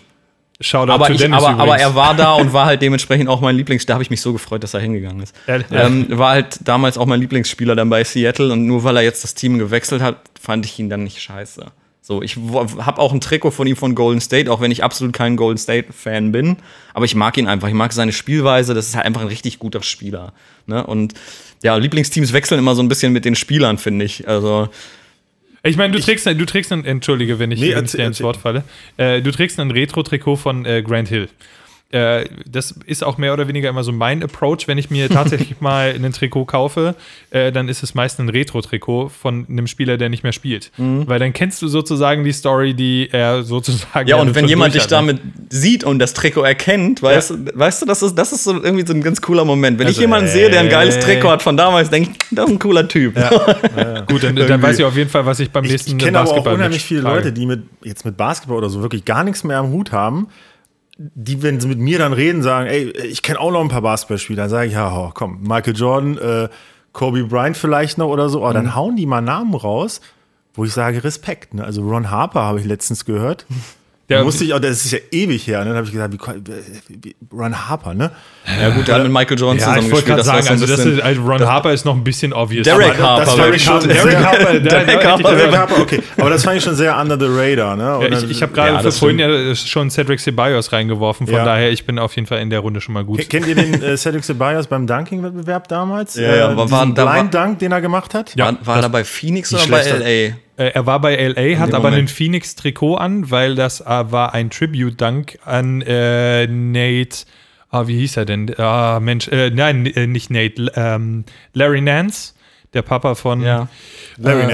D: Shoutout
F: Aber,
D: to
F: ich,
D: Dennis
F: aber, aber
D: übrigens.
F: er war da und war halt dementsprechend auch mein Lieblings. Da habe ich mich so gefreut, dass er hingegangen ist.
D: Ehrlich?
F: Ähm, war halt damals auch mein Lieblingsspieler dann bei Seattle und nur weil er jetzt das Team gewechselt hat, fand ich ihn dann nicht scheiße. So, ich habe auch ein Trikot von ihm von Golden State, auch wenn ich absolut kein Golden State-Fan bin. Aber ich mag ihn einfach. Ich mag seine Spielweise. Das ist halt einfach ein richtig guter Spieler. Ne? Und ja, Lieblingsteams wechseln immer so ein bisschen mit den Spielern, finde ich. Also,
D: Ich meine, du trägst, du trägst ein, entschuldige, wenn ich,
E: Nee,
D: wenn ich
E: erzähl-
D: dir ins
E: erzähl.
D: Wort falle, äh, du trägst ein Retro-Trikot von äh, Grant Hill. Äh, das ist auch mehr oder weniger immer so mein Approach, wenn ich mir tatsächlich mal ein Trikot kaufe, äh, dann ist es meist ein Retro-Trikot von einem Spieler, der nicht mehr spielt. Weil dann kennst du sozusagen die Story, die er sozusagen.
F: Ja,
D: damit
F: und wenn
D: schon
F: jemand
D: durch
F: dich
D: hat, ne?
F: damit sieht und das Trikot erkennt, weißt, weißt du, das ist, das ist so irgendwie so ein ganz cooler Moment. Wenn ich jemanden sehe, der ein geiles
D: ey.
F: Trikot hat von damals, denke ich, das ist ein cooler Typ.
D: Gut, dann, dann
F: Irgendwie.
D: weiß ich auf jeden Fall, was ich beim
E: Ich,
D: nächsten
E: ich kenne aber auch
D: Basketball-Match
E: unheimlich viele
D: trage.
E: Leute, die mit, jetzt mit Basketball oder so wirklich gar nichts mehr am Hut haben, die, wenn sie mit mir dann reden, sagen, ey, ich kenne auch noch ein paar Basketballspieler. Dann sage ich, ja, oh, komm, Michael Jordan, äh, Kobe Bryant vielleicht noch oder so. Oh,
D: Mhm.
E: dann hauen die mal Namen raus, wo ich sage, Respekt. Ne? Also Ron Harper habe ich letztens gehört.
D: Der-
E: Der musste ich auch, das ist ja ewig her. Ne? Dann habe ich gesagt, wie, kon- wie, wie, Ron Harper, ne?
F: Ja, gut, äh, der hat mit Michael Jordan
D: Ja, ich wollte
F: zusammengespielt.
D: gerade
F: Das war
D: sagen,
F: so ein
D: also das
F: bisschen-
D: ist, also Ron Harper ist noch ein bisschen obvious.
F: Derek
D: Aber-
F: Harper.
E: das war
F: würde
E: ich
F: ich
E: schon.
F: sagen.
E: Derek Harper,
D: da- da-
F: Derek Harper.
E: Derek Harper, okay. Aber das fand ich schon sehr under the radar, ne? Und
D: Ja, ich
E: dann-
D: ich habe gerade
F: Ja,
D: für
F: das
D: vorhin ja äh, schon Cedric Ceballos reingeworfen, von
E: Ja.
D: daher ich bin auf jeden Fall in der Runde schon mal gut.
E: Kennt ihr den äh, Cedric Ceballos beim Dunking-Wettbewerb damals?
F: Ja, ja,
E: äh,
F: aber
E: diesen
F: waren- da war-
E: Blind Dunk, den er gemacht hat?
D: Ja,
F: war war er bei Phoenix oder bei
E: schlechter-
F: L.A.?
D: Äh, er war bei LA, hat
F: dem
D: aber
F: Moment.
D: einen Phoenix-Trikot an, weil das äh, war ein Tribute-Dank an äh, Nate. Ah, wie hieß er denn? Ah, Mensch, äh, nein, äh, nicht Nate. l- Ähm, Larry Nance, der Papa von
E: Larry
D: äh,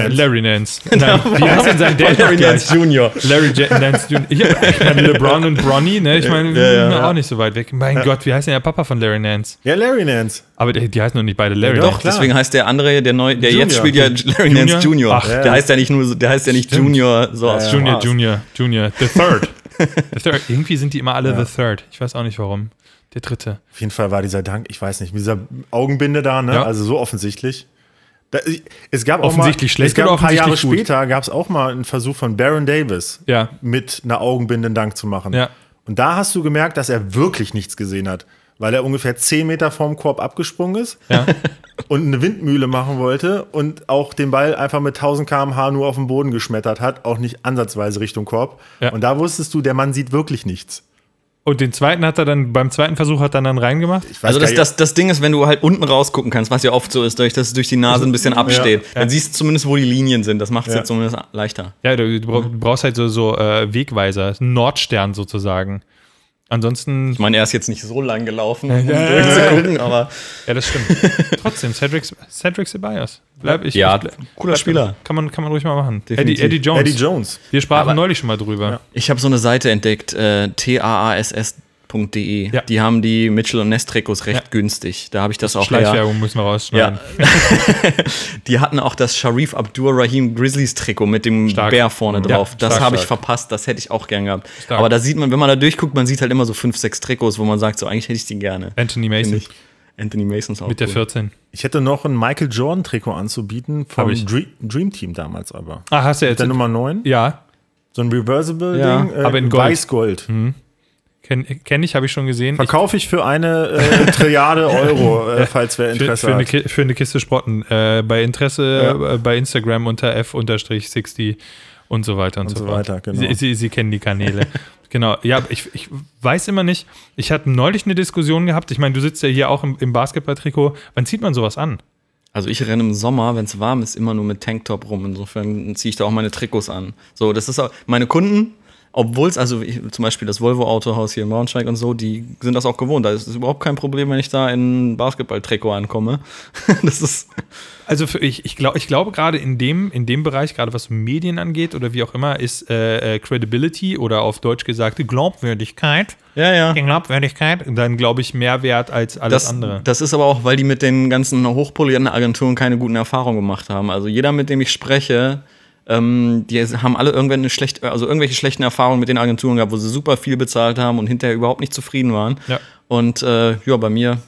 E: Nance.
D: Larry Nance. Nein, wie heißt denn sein Dad?
F: Genau. Larry
D: noch
F: Nance
D: gleich?
F: Jr.
D: Larry J Nance Jr. Ja, ich meine, LeBron und Bronny, ne? Ich meine,
F: Ja, ja.
D: na, auch nicht so weit weg. Mein Gott, wie heißt denn der Papa von Larry Nance?
E: Ja, Larry Nance.
D: Aber die, die heißen doch nicht beide Larry.
E: Ja,
F: Doch,
E: klar.
F: deswegen heißt der andere, der neu, der jetzt spielt ja
E: Junior.
F: Larry Nance
D: Junior?
F: Junior.
D: Ach,
F: der
E: ja.
F: heißt ja nicht nur, so- der heißt ja nicht Junior, so aus
D: Junior,
E: war's.
D: Junior, Junior, the third. the third. Irgendwie sind die immer alle the third. Ich weiß auch nicht warum. Der dritte.
E: Auf jeden Fall war dieser Dunk, ich weiß nicht, mit dieser Augenbinde da, ne?
D: Ja.
E: Also so offensichtlich. Da, ich- es gab
D: Offensichtlich
E: auch mal,
D: schlecht
E: es gab
D: oder
E: ein paar Jahre
D: offensichtlich gut?
E: später gab es auch mal einen Versuch von Baron Davis,
D: Ja.
E: mit einer Augenbinde einen Dank zu machen.
D: Ja.
E: Und da hast du gemerkt, dass er wirklich nichts gesehen hat, weil er ungefähr 10 Meter vorm Korb abgesprungen ist
D: Ja.
E: und eine Windmühle machen wollte und auch den Ball einfach mit 1000 km/h nur auf den Boden geschmettert hat, auch nicht ansatzweise Richtung Korb.
D: Ja.
E: Und da wusstest du, der Mann sieht wirklich nichts.
D: Und den zweiten hat er dann, beim zweiten Versuch hat er dann reingemacht.
E: Ich weiß
F: Also
E: gar
F: das,
E: nicht-
F: das, das Ding ist, wenn du halt unten rausgucken kannst, was ja oft so ist, durch, dass es durch die
D: Also,
F: Nase ein bisschen absteht, dann siehst du zumindest, wo die Linien sind. Das macht es ja.
E: Ja.
F: zumindest leichter.
D: Ja, du, du brauch- du brauchst halt so, so äh, Wegweiser, einen Nordstern sozusagen. Ansonsten,
F: Ich meine, er ist jetzt nicht so lang gelaufen, um durchzugucken, aber
D: ja, das stimmt. Trotzdem, Cedric, Cedric Ceballos. Bleib ich.
F: Ja,
D: ich bleib-
F: cooler Spieler.
D: Kann man, kann man ruhig mal machen. Eddie,
F: Definitiv.
D: Eddie Jones.
E: Eddie Jones.
D: Wir sprachen neulich schon mal drüber.
F: ich habe so eine Seite entdeckt, äh, taass.de.
D: Ja.
F: E. Die haben die Mitchell und Ness Trikots recht
D: Ja.
F: günstig. Da habe ich das auch her.
D: Schleichwerbung müssen wir rausschneiden.
F: Ja. die hatten auch das Sharif Abdur Rahim Grizzlies Trikot mit dem
D: Stark.
F: Bär vorne
D: Ja,
F: drauf. das
D: stark,
F: habe ich
D: stark.
F: verpasst, das hätte ich auch gern gehabt.
D: Stark.
F: Aber da sieht man, wenn man da durchguckt, man sieht halt immer so fünf, sechs Trikots, wo man sagt, so eigentlich hätte ich die gerne.
D: Anthony
F: Finde
D: Mason
F: ich. Anthony Mason ist auch
D: mit der
F: cool.
D: 14.
E: Ich hätte noch ein Michael Jordan Trikot anzubieten
D: Hab
E: vom
D: ich.
E: Dream, Dream Team damals aber.
D: Ah, hast du jetzt.
E: Der Nummer 9,
D: Ja,
E: so ein reversible
F: Ja,
E: Ding, äh,
D: aber in Gold. Hm.
E: weiß Gold.
D: kenne kenn ich, habe ich schon gesehen. Ich,
E: Verkaufe ich für eine äh, Trilliarde Euro, äh, falls wer
D: für,
E: Interesse
D: für, eine,
E: hat.
D: Ki- für eine Kiste Sprotten. Äh, bei Interesse äh, bei Instagram unter f-60 und so weiter und, so,
E: so
D: fort.
E: weiter, genau.
D: Sie, sie, sie kennen die Kanäle. genau. Ja, ich, ich weiß immer nicht. Ich hatte neulich eine Diskussion gehabt. Ich meine, du sitzt ja hier auch im, im Basketballtrikot. Wann zieht man sowas an?
F: Also ich renne im Sommer, wenn es warm ist, immer nur mit Tanktop rum. Insofern ziehe ich da auch meine Trikots an. So, das ist auch meine Kunden, obwohl es, also ich, zum Beispiel das Volvo-Autohaus hier in Braunschweig und so, die sind das auch gewohnt. Da ist es überhaupt kein Problem, wenn ich da in ein Basketball-Trikot ankomme. das ist.
D: Also für, ich, ich, glaub, ich glaube gerade in dem, in dem Bereich, gerade was Medien angeht oder wie auch immer, ist äh, äh, Credibility oder auf Deutsch gesagt Glaubwürdigkeit.
F: Ja, ja.
D: Die Glaubwürdigkeit, dann glaube ich mehr wert als alles
F: Das,
D: andere.
F: das ist aber auch, weil die mit den ganzen hochpolierten Agenturen keine guten Erfahrungen gemacht haben. Also jeder, mit dem ich spreche, ähm, die haben alle irgendwann eine schlecht, also irgendwelche schlechten Erfahrungen mit den Agenturen gehabt, wo sie super viel bezahlt haben und hinterher überhaupt nicht zufrieden waren.
D: Ja.
F: Und äh, ja, bei mir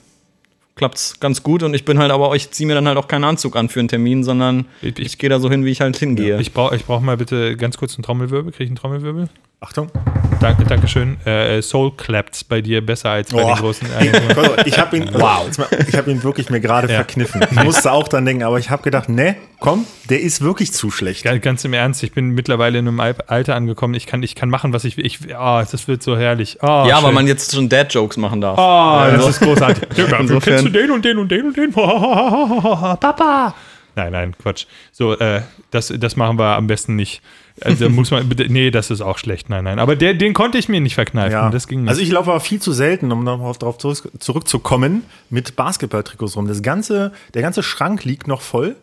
F: klappt's ganz gut und ich bin halt aber, ich ziehe mir dann halt auch keinen Anzug an für einen Termin, sondern
D: Ich-
F: ich,
D: ich-
F: gehe da so hin, wie ich halt hingehe.
D: Ich brauche ich brauch mal bitte ganz kurz einen Trommelwirbel. Kriege ich einen Trommelwirbel?
E: Achtung.
D: Danke, Dankeschön. Äh, Soul clapts bei dir besser als bei
E: Boah. Also,
D: den großen. äh,
E: Ich habe ihn, wow. ich habe ihn wirklich mir gerade
D: Ja.
E: verkniffen. Ich musste auch dran denken, aber ich habe gedacht, ne, komm, der ist wirklich zu schlecht.
D: Ganz, äh, ganz im Ernst, ich bin mittlerweile in einem Al- Alter angekommen. Ich kann, ich kann machen, was ich will. Ich, ah, das wird so herrlich. Ah,
F: ja,
D: schön.
F: weil man jetzt schon Dad-Jokes machen darf.
D: Ah,
F: Also-
D: das ist großartig. Ja, dafür
F: Insofern-
D: kennst du den und den und den und den. Papa. Nein, nein, Quatsch. So, äh, das, das machen wir am besten nicht. Also muss man, bitte- nee, das ist auch schlecht. Nein, nein. Aber der, den konnte ich mir nicht verkneifen.
E: Ja.
D: Das ging nicht.
E: Also ich laufe aber viel zu selten, um darauf drauf zurück, zurückzukommen, mit Basketballtrikots rum. Das ganze, der ganze Schrank liegt noch voll.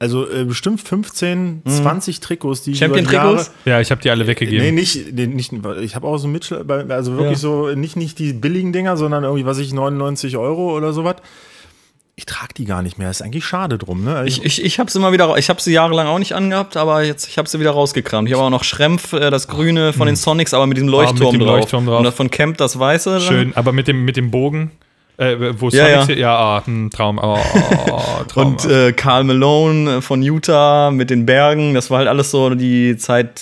E: Also äh, bestimmt 15, 20 Trikots, die ich über die
F: Champion-Trikots?
E: Jahre-
D: ja, ich habe die alle weggegeben.
E: Nee, nicht, nee, nicht ich habe auch so Mitchell, also wirklich
D: Ja.
E: so, nicht, nicht die billigen Dinger, sondern irgendwie, was ich, 99 Euro oder sowas. Ich trage die gar nicht mehr, ist eigentlich schade drum, ne? Also
F: Ich, ich, ich habe sie immer wieder, ich habe sie jahrelang auch nicht angehabt, aber jetzt, ich habe sie wieder rausgekramt. Ich habe auch noch Schrempf, äh, das Grüne von den Sonics, aber mit dem Leuchtturm,
D: dem
F: drauf.
D: Leuchtturm drauf.
F: Und das von Camp das Weiße. dann.
D: Schön, aber mit dem, mit dem Bogen, äh, wo
F: Ja,
D: Sonic
F: ja.
D: se- ja, ah, hm, Traum, oh, oh, Traum.
F: Und äh, Karl Malone äh, von Utah mit den Bergen, das war halt alles so die Zeit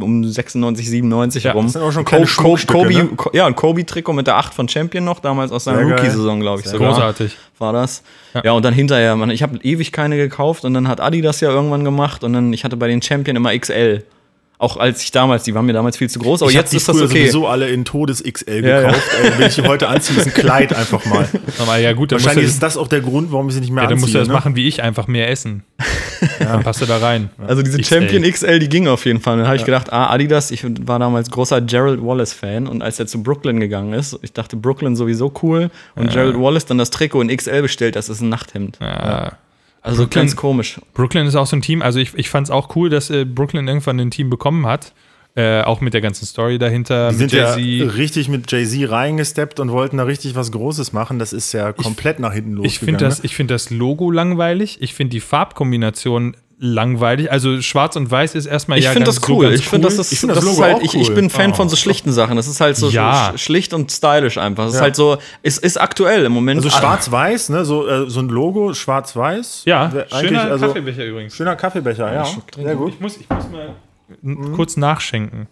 F: um 96, 97
D: Ja,
F: herum.
D: das
E: sind auch schon
F: Ko-
E: kleine
F: Ko-
E: Schmuckstücke,
F: Kobe,
E: ne?
F: Ko- Ja, ein Kobe-Trikot mit der 8 von Champion noch, damals aus seiner
E: Sehr geil.
F: Rookie-Saison, glaube ich. sogar.
D: großartig.
F: war das. Ja, und dann hinterher, man, ich habe ewig keine gekauft und dann hat Adi das ja irgendwann gemacht und dann, ich hatte bei den Champion immer XL. Auch als ich damals, die waren mir damals viel zu groß, aber
E: ich hab
F: oh, jetzt
E: die
F: ist das
E: früher
F: okay.
E: sowieso alle in Todes XL
F: Ja, ja.
E: gekauft. Ey, wenn ich die heute anziehe, ist ein Kleid einfach mal.
D: Aber ja, gut, dann musst du,
E: Wahrscheinlich ist das auch der Grund, warum ich sie nicht mehr
D: ja, dann musst du
E: anziehe.
F: ne?
D: das machen wie ich, einfach mehr essen. Dann passt du da rein.
F: Also diese
D: XL.
F: Champion XL, die ging auf jeden Fall. Dann habe ich gedacht, ah, Adidas, ich war damals großer Gerald Wallace-Fan und als er zu Brooklyn gegangen ist, ich dachte, Brooklyn sowieso cool und Gerald Wallace dann das Trikot in XL bestellt, das ist ein Nachthemd.
D: Ah.
F: Also
D: Brooklyn-
F: ganz komisch.
D: Brooklyn ist auch so ein Team. Also ich, ich fand es auch cool, dass äh, Brooklyn irgendwann ein Team bekommen hat. Äh, auch mit der ganzen Story dahinter.
E: Die sind ja
D: Jay-Z.
E: richtig mit Jay-Z reingesteppt und wollten da richtig was Großes machen. Das ist ja komplett nach hinten losgegangen. ne?
D: ich finde
F: ne?
D: das, ich find das Logo langweilig. Ich finde die Farbkombination langweilig. Also schwarz und weiß ist erstmal
F: Ich
D: ja
F: finde
D: ganz-
F: das cool.
D: ganz
F: ich finde das, ist-
E: Ich find
F: das
E: das
F: ist
E: Logo
F: halt,
E: auch
F: ich, ich
E: cool.
F: bin Fan
E: Oh.
F: von so schlichten Sachen. Das ist halt so
D: Ja.
F: sch- schlicht und stylisch einfach. Das ist halt so, es ist, aktuell im Moment.
E: Also schwarz-weiß, ne? so, äh, so ein Logo, schwarz-weiß.
D: Ja,
E: Wär eigentlich,
D: schöner
E: also,
D: Kaffeebecher übrigens.
E: Schöner Kaffeebecher, ja. Sehr gut.
D: Ich muss, ich muss mal
F: Hm?
D: n- kurz nachschenken.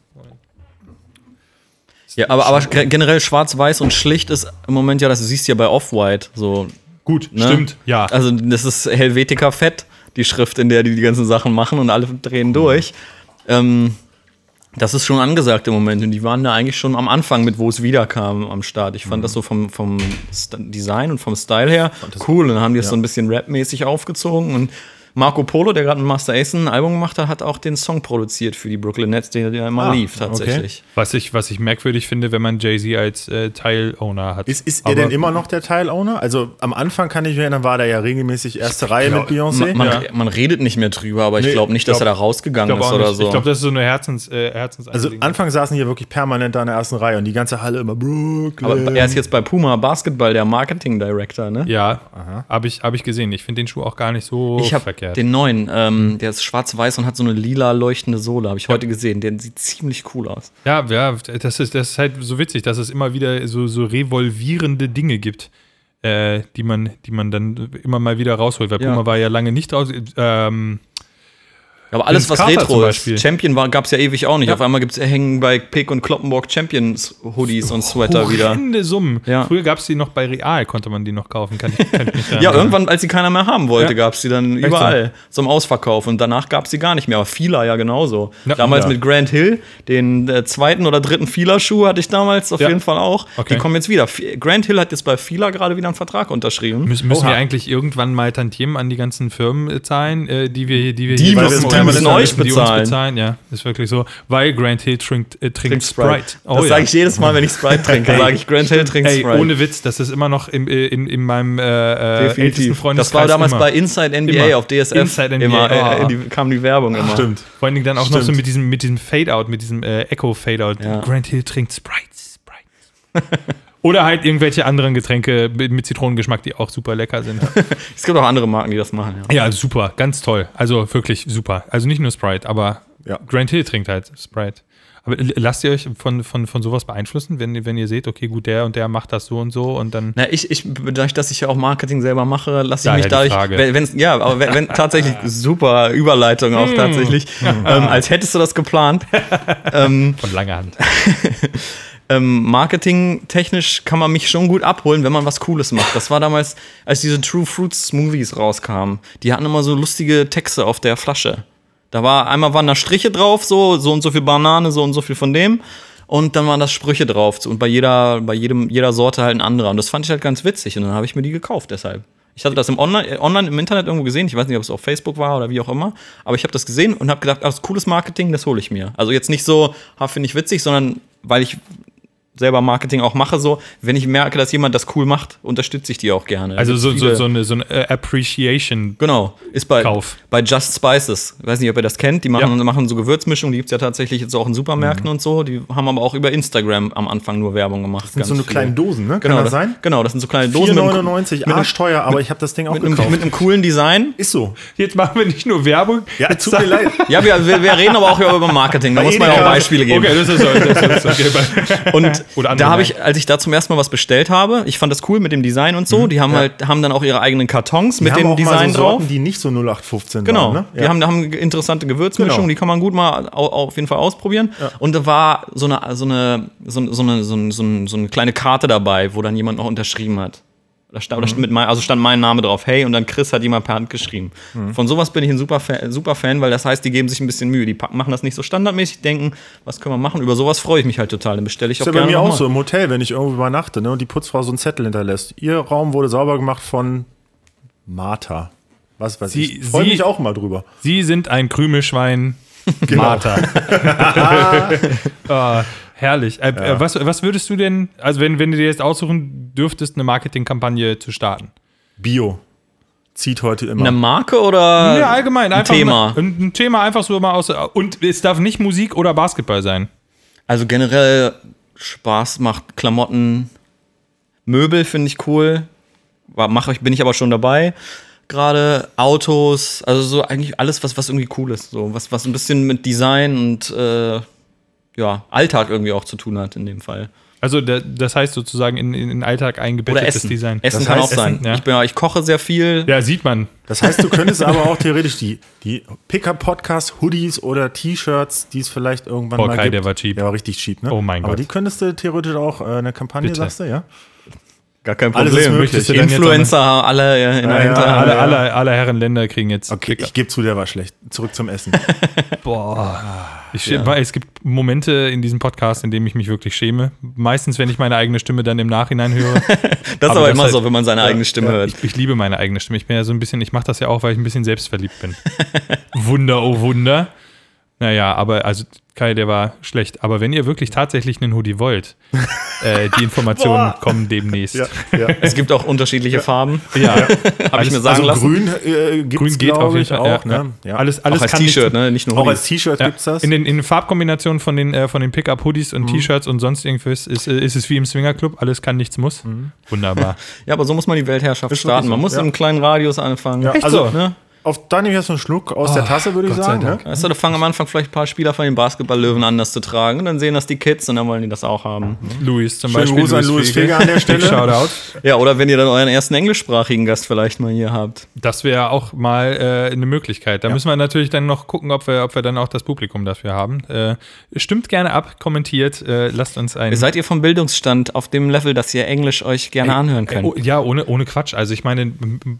F: Ja, aber, aber ge- generell schwarz-weiß und schlicht ist im Moment ja, das siehst du ja bei Off-White so.
D: Gut,
F: Ne?
D: Ja.
F: Also das ist Helvetica Fett, die Schrift, in der die die ganzen Sachen machen und alle
D: Mhm.
F: drehen durch. Ähm, das ist schon angesagt im Moment und die waren da eigentlich schon am Anfang mit, wo es wiederkam am Start. Ich
D: Mhm.
F: fand das so vom, vom St- Design und vom Style her cool und dann haben die es so ein bisschen Rap-mäßig aufgezogen und Marco Polo, der gerade mit Master Ace ein Album gemacht hat, hat auch den Song produziert für die Brooklyn Nets, der ja immer
E: Ah,
F: lief tatsächlich.
D: was, ich, was ich merkwürdig finde, wenn man Jay-Z als äh, Teil-Owner hat.
E: Ist, ist er
D: Aber-
E: denn immer noch der Teil-Owner? Also am Anfang kann ich mich erinnern, war der ja regelmäßig erste Reihe mit Beyoncé.
F: Man,
E: ja.
F: man redet nicht mehr drüber, aber ich
E: Nee,
F: glaube nicht, dass
D: glaub-
F: er da
D: Ich
F: rausgegangen ist
D: glaube
F: oder
D: nicht.
F: so.
D: Ich glaube, das ist so eine Herzens, äh, Herzens
E: Also Anfang saßen hier wirklich permanent da in der ersten Reihe und die ganze Halle immer Brooklyn.
F: aber er ist jetzt bei Puma Basketball der Marketing Director, ne?
D: Ja, habe ich, hab ich gesehen. Ich finde den Schuh auch gar nicht so
F: Ich habe
D: verkehrt.
F: den neuen, ähm, der ist schwarz-weiß und hat so eine lila leuchtende Sohle, habe ich heute gesehen. Der sieht ziemlich cool aus.
D: ja, ja, das ist, das ist halt so witzig, dass es immer wieder so, so revolvierende Dinge gibt, äh, die, man, die man dann immer mal wieder rausholt. Weil
F: Ja.
D: Puma war ja lange nicht raus. Ähm,
F: Aber alles,
D: Vince
F: was
D: Carter zum
F: Retro
D: Beispiel.
F: ist, Champion gab es ja ewig auch nicht. Auf einmal gibt's, hängen bei Pick und Kloppenburg Champions Hoodies und Sweater wieder.
D: horrende Summen.
F: Ja.
D: Früher gab es die noch bei Real, konnte man die noch kaufen. Kann ich, kann ich mich daran
F: Ja,
D: erinnern.
F: irgendwann, als sie keiner mehr haben wollte,
D: Ja.
F: gab's die dann
D: so.
F: überall zum Ausverkauf und danach gab's die gar nicht mehr. Aber Fila ja genauso.
D: Ja.
F: damals
D: Ja.
F: mit Grand Hill, den äh, zweiten oder dritten Fila-Schuh hatte ich damals auf
D: Ja.
F: jeden Fall auch.
D: Okay.
F: Die kommen jetzt wieder. F- Grand Hill hat jetzt bei Fila gerade wieder einen Vertrag unterschrieben.
D: Müssen, müssen
E: Oha.
D: wir eigentlich irgendwann mal Tantiemen an die ganzen Firmen äh, zahlen, äh, die wir hier, die wir
F: Die
D: hier
E: müssen- die
D: die
E: müssen
F: euch
D: die uns
F: bezahlen.
D: bezahlen. Ja, ist wirklich so. Weil Grant Hill trinkt, äh, trinkt, Sprite. ja.
F: das sage ich jedes Mal, wenn ich Sprite trinke. sage ich Grand Hill trinkt
D: Ey,
F: Sprite.
D: ohne Witz, das ist immer noch im, äh, in, in meinem äh, äh, ältesten
F: Definitiv.
D: Freundeskreis.
F: Das war damals
D: immer.
F: bei Inside NBA
D: Immer.
F: auf DSF.
D: Inside NBA,
F: Immer, äh,
D: oh.
F: die, kam die Werbung immer.
E: Stimmt.
D: Vor allen Dingen dann auch noch so
E: Stimmt.
D: mit diesem, mit diesem Fade-Out, mit diesem äh, Echo-Fade-Out.
F: Ja.
D: Grant Hill trinkt Sprite. Sprite. Oder halt irgendwelche anderen Getränke mit mit Zitronengeschmack, die auch super lecker sind.
F: Es gibt auch andere Marken, die das machen. Ja.
D: Ja, super, ganz toll. Also wirklich super. Also nicht nur Sprite, aber
E: Ja.
D: Grant Hill trinkt halt Sprite. Aber l- lasst ihr euch von, von, von sowas beeinflussen, wenn, ihr- wenn ihr seht, okay, gut, der und der macht das so und so und dann.
F: Na, ich, ich, dadurch, dass ich ja auch Marketing selber mache, lasse ich
D: Daher
F: mich
D: die
F: dadurch,
D: Frage.
F: wenn, wenn's- ja, aber wenn, wenn tatsächlich super Überleitung
D: Hm.
F: auch tatsächlich, ähm, als hättest du das geplant.
D: Von langer Hand.
F: Ähm, Marketing-technisch kann man mich schon gut abholen, wenn man was Cooles macht. Das war damals, als diese True Fruits Smoothies rauskamen. Die hatten immer so lustige Texte auf der Flasche. Da war einmal waren da Striche drauf, so, so und so viel Banane, so und so viel von dem. Und dann waren das Sprüche drauf. Und bei jeder, bei jedem, jeder Sorte halt ein anderer. Und das fand ich halt ganz witzig. Und dann habe ich mir die gekauft deshalb. Ich hatte das im Online, äh, online im Internet irgendwo gesehen. Ich weiß nicht, ob es auf Facebook war oder wie auch immer. Aber ich habe das gesehen und habe gedacht, ah, das ist cooles Marketing, das hole ich mir. Also jetzt nicht so, ha, finde ich witzig, sondern weil ich selber Marketing auch mache, so, wenn ich merke, dass jemand das cool macht, unterstütze ich die auch gerne.
D: Also so, so,
F: Viele-
D: so eine, so eine äh, Appreciation.
F: Genau, ist bei,
D: Kauf.
F: bei Just Spices. Ich weiß nicht, ob ihr das kennt. Die machen,
D: Ja. Mhm.
F: machen so Gewürzmischungen, die gibt es ja tatsächlich jetzt auch in Supermärkten und so. Die haben aber auch über Instagram am Anfang nur Werbung gemacht.
E: Das sind so eine
F: viele.
E: kleinen Dosen, ne? Kann
F: Genau,
E: das sein?
F: Genau, das sind so kleine Dosen mit einem-
E: 4,99, arschteuer, aber ich habe das Ding auch
F: mit einem,
E: gekauft.
F: mit einem coolen Design.
E: ist so.
D: Jetzt machen wir nicht nur Werbung.
E: Ja,
D: jetzt
E: tut mir
D: sagen-
E: leid.
F: Ja, wir, wir, wir reden aber auch über Marketing. Da
E: Bei
F: muss man ja auch
E: Edeka.
F: Beispiele geben.
D: Okay, das ist so. Das ist okay.
F: Und
D: Oder andere
F: da habe ich, als ich da zum ersten Mal was bestellt habe, ich fand das cool mit dem Design und so. Die haben halt, haben dann auch ihre eigenen Kartons
E: Wir
F: mit
E: Mhm. haben
F: dem
E: auch mal
F: Design
E: so
F: drauf.
E: Sorten, die nicht so 0815
F: Genau.
E: waren. Ne?
F: Wir haben, da haben interessante Gewürzmischungen,
E: Genau.
F: die kann man gut mal au, auf jeden Fall ausprobieren. Und da war so eine, so eine, so, eine- so, eine, so, eine, so, eine, so eine kleine Karte dabei, wo dann jemand noch unterschrieben hat. Da stand,
E: Mhm.
F: oder stand mit mein, also stand mein Name drauf, hey, und dann Chris hat jemand per Hand geschrieben.
E: Mhm.
F: Von sowas bin ich ein super Fan, super Fan, weil das heißt, die geben sich ein bisschen Mühe. Die packen- machen das nicht so standardmäßig, denken, was können wir machen? Über sowas freue ich mich halt total. Dann bestelle ich auch
E: Ist ja
F: gerne
E: bei mir auch
F: nochmal.
E: so im Hotel, wenn ich irgendwo übernachte ne, und die Putzfrau so einen Zettel hinterlässt. Ihr Raum wurde sauber gemacht von Martha. Was weiß
D: Sie-
E: ich. Freue
D: sie-
E: mich auch mal drüber.
D: Sie sind ein Krümelschwein.
E: Genau.
D: Martha. Ah, herrlich. Äh, äh, was, was würdest du denn, also wenn, wenn du dir jetzt aussuchen dürftest, eine Marketingkampagne zu starten?
E: Bio. Zieht heute immer.
F: Eine Marke oder
D: Ja, allgemein, einfach
F: Thema.
D: Mal, ein ein Thema einfach so mal aus. Und es darf nicht Musik oder Basketball sein.
F: Also generell Spaß macht Klamotten, Möbel finde ich cool. War- Mach, ich- bin ich aber schon dabei. Gerade Autos, also so eigentlich alles, was, was irgendwie cool ist. So, was, was ein bisschen mit Design und äh, ja, Alltag irgendwie auch zu tun hat in dem Fall.
D: Also da, das heißt sozusagen in, in den Alltag
F: Oder
D: eingebettetes
F: Essen.
D: Design.
F: Essen
E: Das
F: kann
E: heißt
F: auch sein.
D: Essen, ja.
F: ich, bin, ja- ich koche sehr viel.
D: Ja, sieht man.
E: Das heißt, du könntest aber auch theoretisch die, die Pickup-Podcast-Hoodies oder T-Shirts, die es vielleicht irgendwann
D: Boah,
E: mal
D: Kai,
E: gibt.
D: der war cheap.
E: Der war richtig cheap, ne?
D: Oh mein
E: Aber
D: Gott.
E: die könntest du theoretisch auch äh, eine Kampagne,
D: Bitte.
E: sagst du, ja?
F: Gar kein
E: Alles ist möglich.
D: Möchtest du dann jetzt ne?
F: Influencer, alle äh, in der
E: Ja, ja,
F: Hinterhand.
D: Alle, alle, alle Herren Länder kriegen jetzt.
E: Okay, ich gebe zu, der war schlecht. Zurück zum Essen.
D: Ich, Es gibt Momente in diesem Podcast, in denen ich mich wirklich schäme. Meistens, wenn ich meine eigene Stimme dann im Nachhinein höre.
F: Das ist
D: Aber
F: aber
D: das
F: immer
D: halt-
F: so, wenn man seine eigene Stimme hört.
D: Ich, ich liebe meine eigene Stimme. Ich bin ja so ein bisschen, ich mache das ja auch, weil ich ein bisschen selbstverliebt bin. Wunder, oh Wunder. Naja, aber also Kai, der war schlecht. Aber wenn ihr wirklich tatsächlich einen Hoodie wollt, äh, die Informationen kommen demnächst. Ja,
E: ja.
F: Es gibt auch unterschiedliche Farben. Habe ich mir sagen
E: Also
F: lassen.
E: grün äh, gibt's,
D: Grün geht auf
E: glaub
D: jeden
E: ich,
D: Fall. ja,
E: auch. ne?
D: ja. Alles, alles
F: Auch als
D: kann nicht-
F: T-Shirt, ne? Nicht nur
E: auch
F: Hoodies.
E: als T-Shirt
D: Ja.
E: gibt's das.
D: In den, in den Farbkombinationen von den, äh, von den Pickup-Hoodies und T-Shirts und sonst irgendwas ist, äh, ist es wie im Swingerclub. Alles kann, nichts muss. Wunderbar.
F: Ja, aber so muss man die Weltherrschaft
E: Ist wirklich
F: starten. Man
E: so,
F: muss
E: ja.
F: im kleinen Radius anfangen.
E: Ja,
F: Echt
E: also-
F: so? Ne?
E: Auf da nehme ich erst einen Schluck aus der Tasse, würde ich
D: Oh, Gott sei
E: sagen.
D: Dank.
E: Ne?
F: Weißt du, da fangen am Anfang vielleicht ein paar Spieler von den Basketballlöwen an, das zu tragen. Und dann sehen das die Kids und dann wollen die das auch haben.
D: Louis zum
E: Schöne
D: Beispiel.
E: Grüße an Louis Feger an der Stelle.
D: Big Shoutout.
F: Ja, oder wenn ihr dann euren ersten englischsprachigen Gast vielleicht mal hier habt.
D: Das wäre auch mal äh, eine Möglichkeit. Da müssen wir natürlich dann noch gucken, ob wir, ob wir dann auch das Publikum dafür haben. Äh, stimmt gerne ab, kommentiert, äh, lasst uns
E: Mhm.
D: ein.
F: Seid ihr vom Bildungsstand auf dem Level, dass ihr Englisch euch gerne anhören
D: Äh,
F: könnt?
D: oh, ja, ohne, ohne Quatsch. Also ich meine, m- m-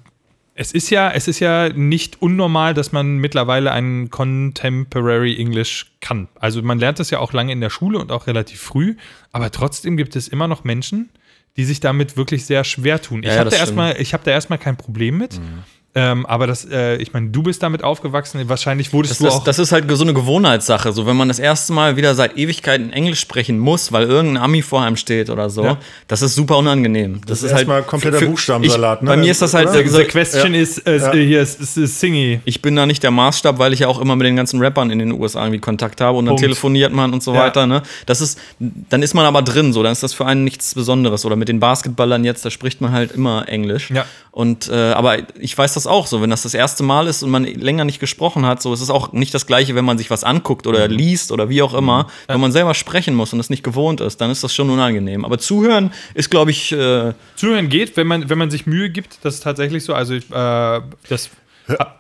D: es ist ja, es ist ja nicht unnormal, dass man mittlerweile ein Contemporary English kann. Also man lernt das ja auch lange in der Schule und auch relativ früh, aber trotzdem gibt es immer noch Menschen, die sich damit wirklich sehr schwer tun. Ich
F: Ja, ja,
D: habe da
F: das stimmt. Mhm.
D: erstmal, ich habe da erstmal kein Problem mit. Ähm, aber das, äh, ich meine, du bist damit aufgewachsen. Wahrscheinlich wurdest
F: Das,
D: du
F: das,
D: auch.
F: das ist halt so eine Gewohnheitssache. So, wenn man das erste Mal wieder seit Ewigkeiten Englisch sprechen muss, weil irgendein Ami vor einem steht oder so,
D: Ja.
F: das ist super unangenehm. Das, halt
E: ist erstmal kompletter Buchstabensalat,
F: Ich,
E: ne?
F: Bei mir ist das halt
E: Oder?
F: so, so,
D: the question is, äh, hier ist, ist, ist Singy.
F: ich bin da nicht der Maßstab, weil ich ja auch immer mit den ganzen Rappern in den USA irgendwie Kontakt habe und dann
D: Punkt.
F: telefoniert man und so
D: Ja.
F: weiter. Ne? Das ist, dann ist man aber drin, so dann ist das für einen nichts Besonderes. Oder mit den Basketballern jetzt, da spricht man halt immer Englisch.
D: Ja.
F: Und äh, aber ich weiß das das auch so. Wenn das das erste Mal ist und man länger nicht gesprochen hat, so ist es auch nicht das Gleiche, wenn man sich was anguckt
D: Mhm.
F: oder liest oder wie auch immer. Wenn man selber sprechen muss und es nicht gewohnt ist, dann ist das schon unangenehm. Aber zuhören ist, glaube ich, äh,
D: Zuhören geht, wenn man, wenn man sich Mühe gibt, das ist tatsächlich so. Also ich, äh, das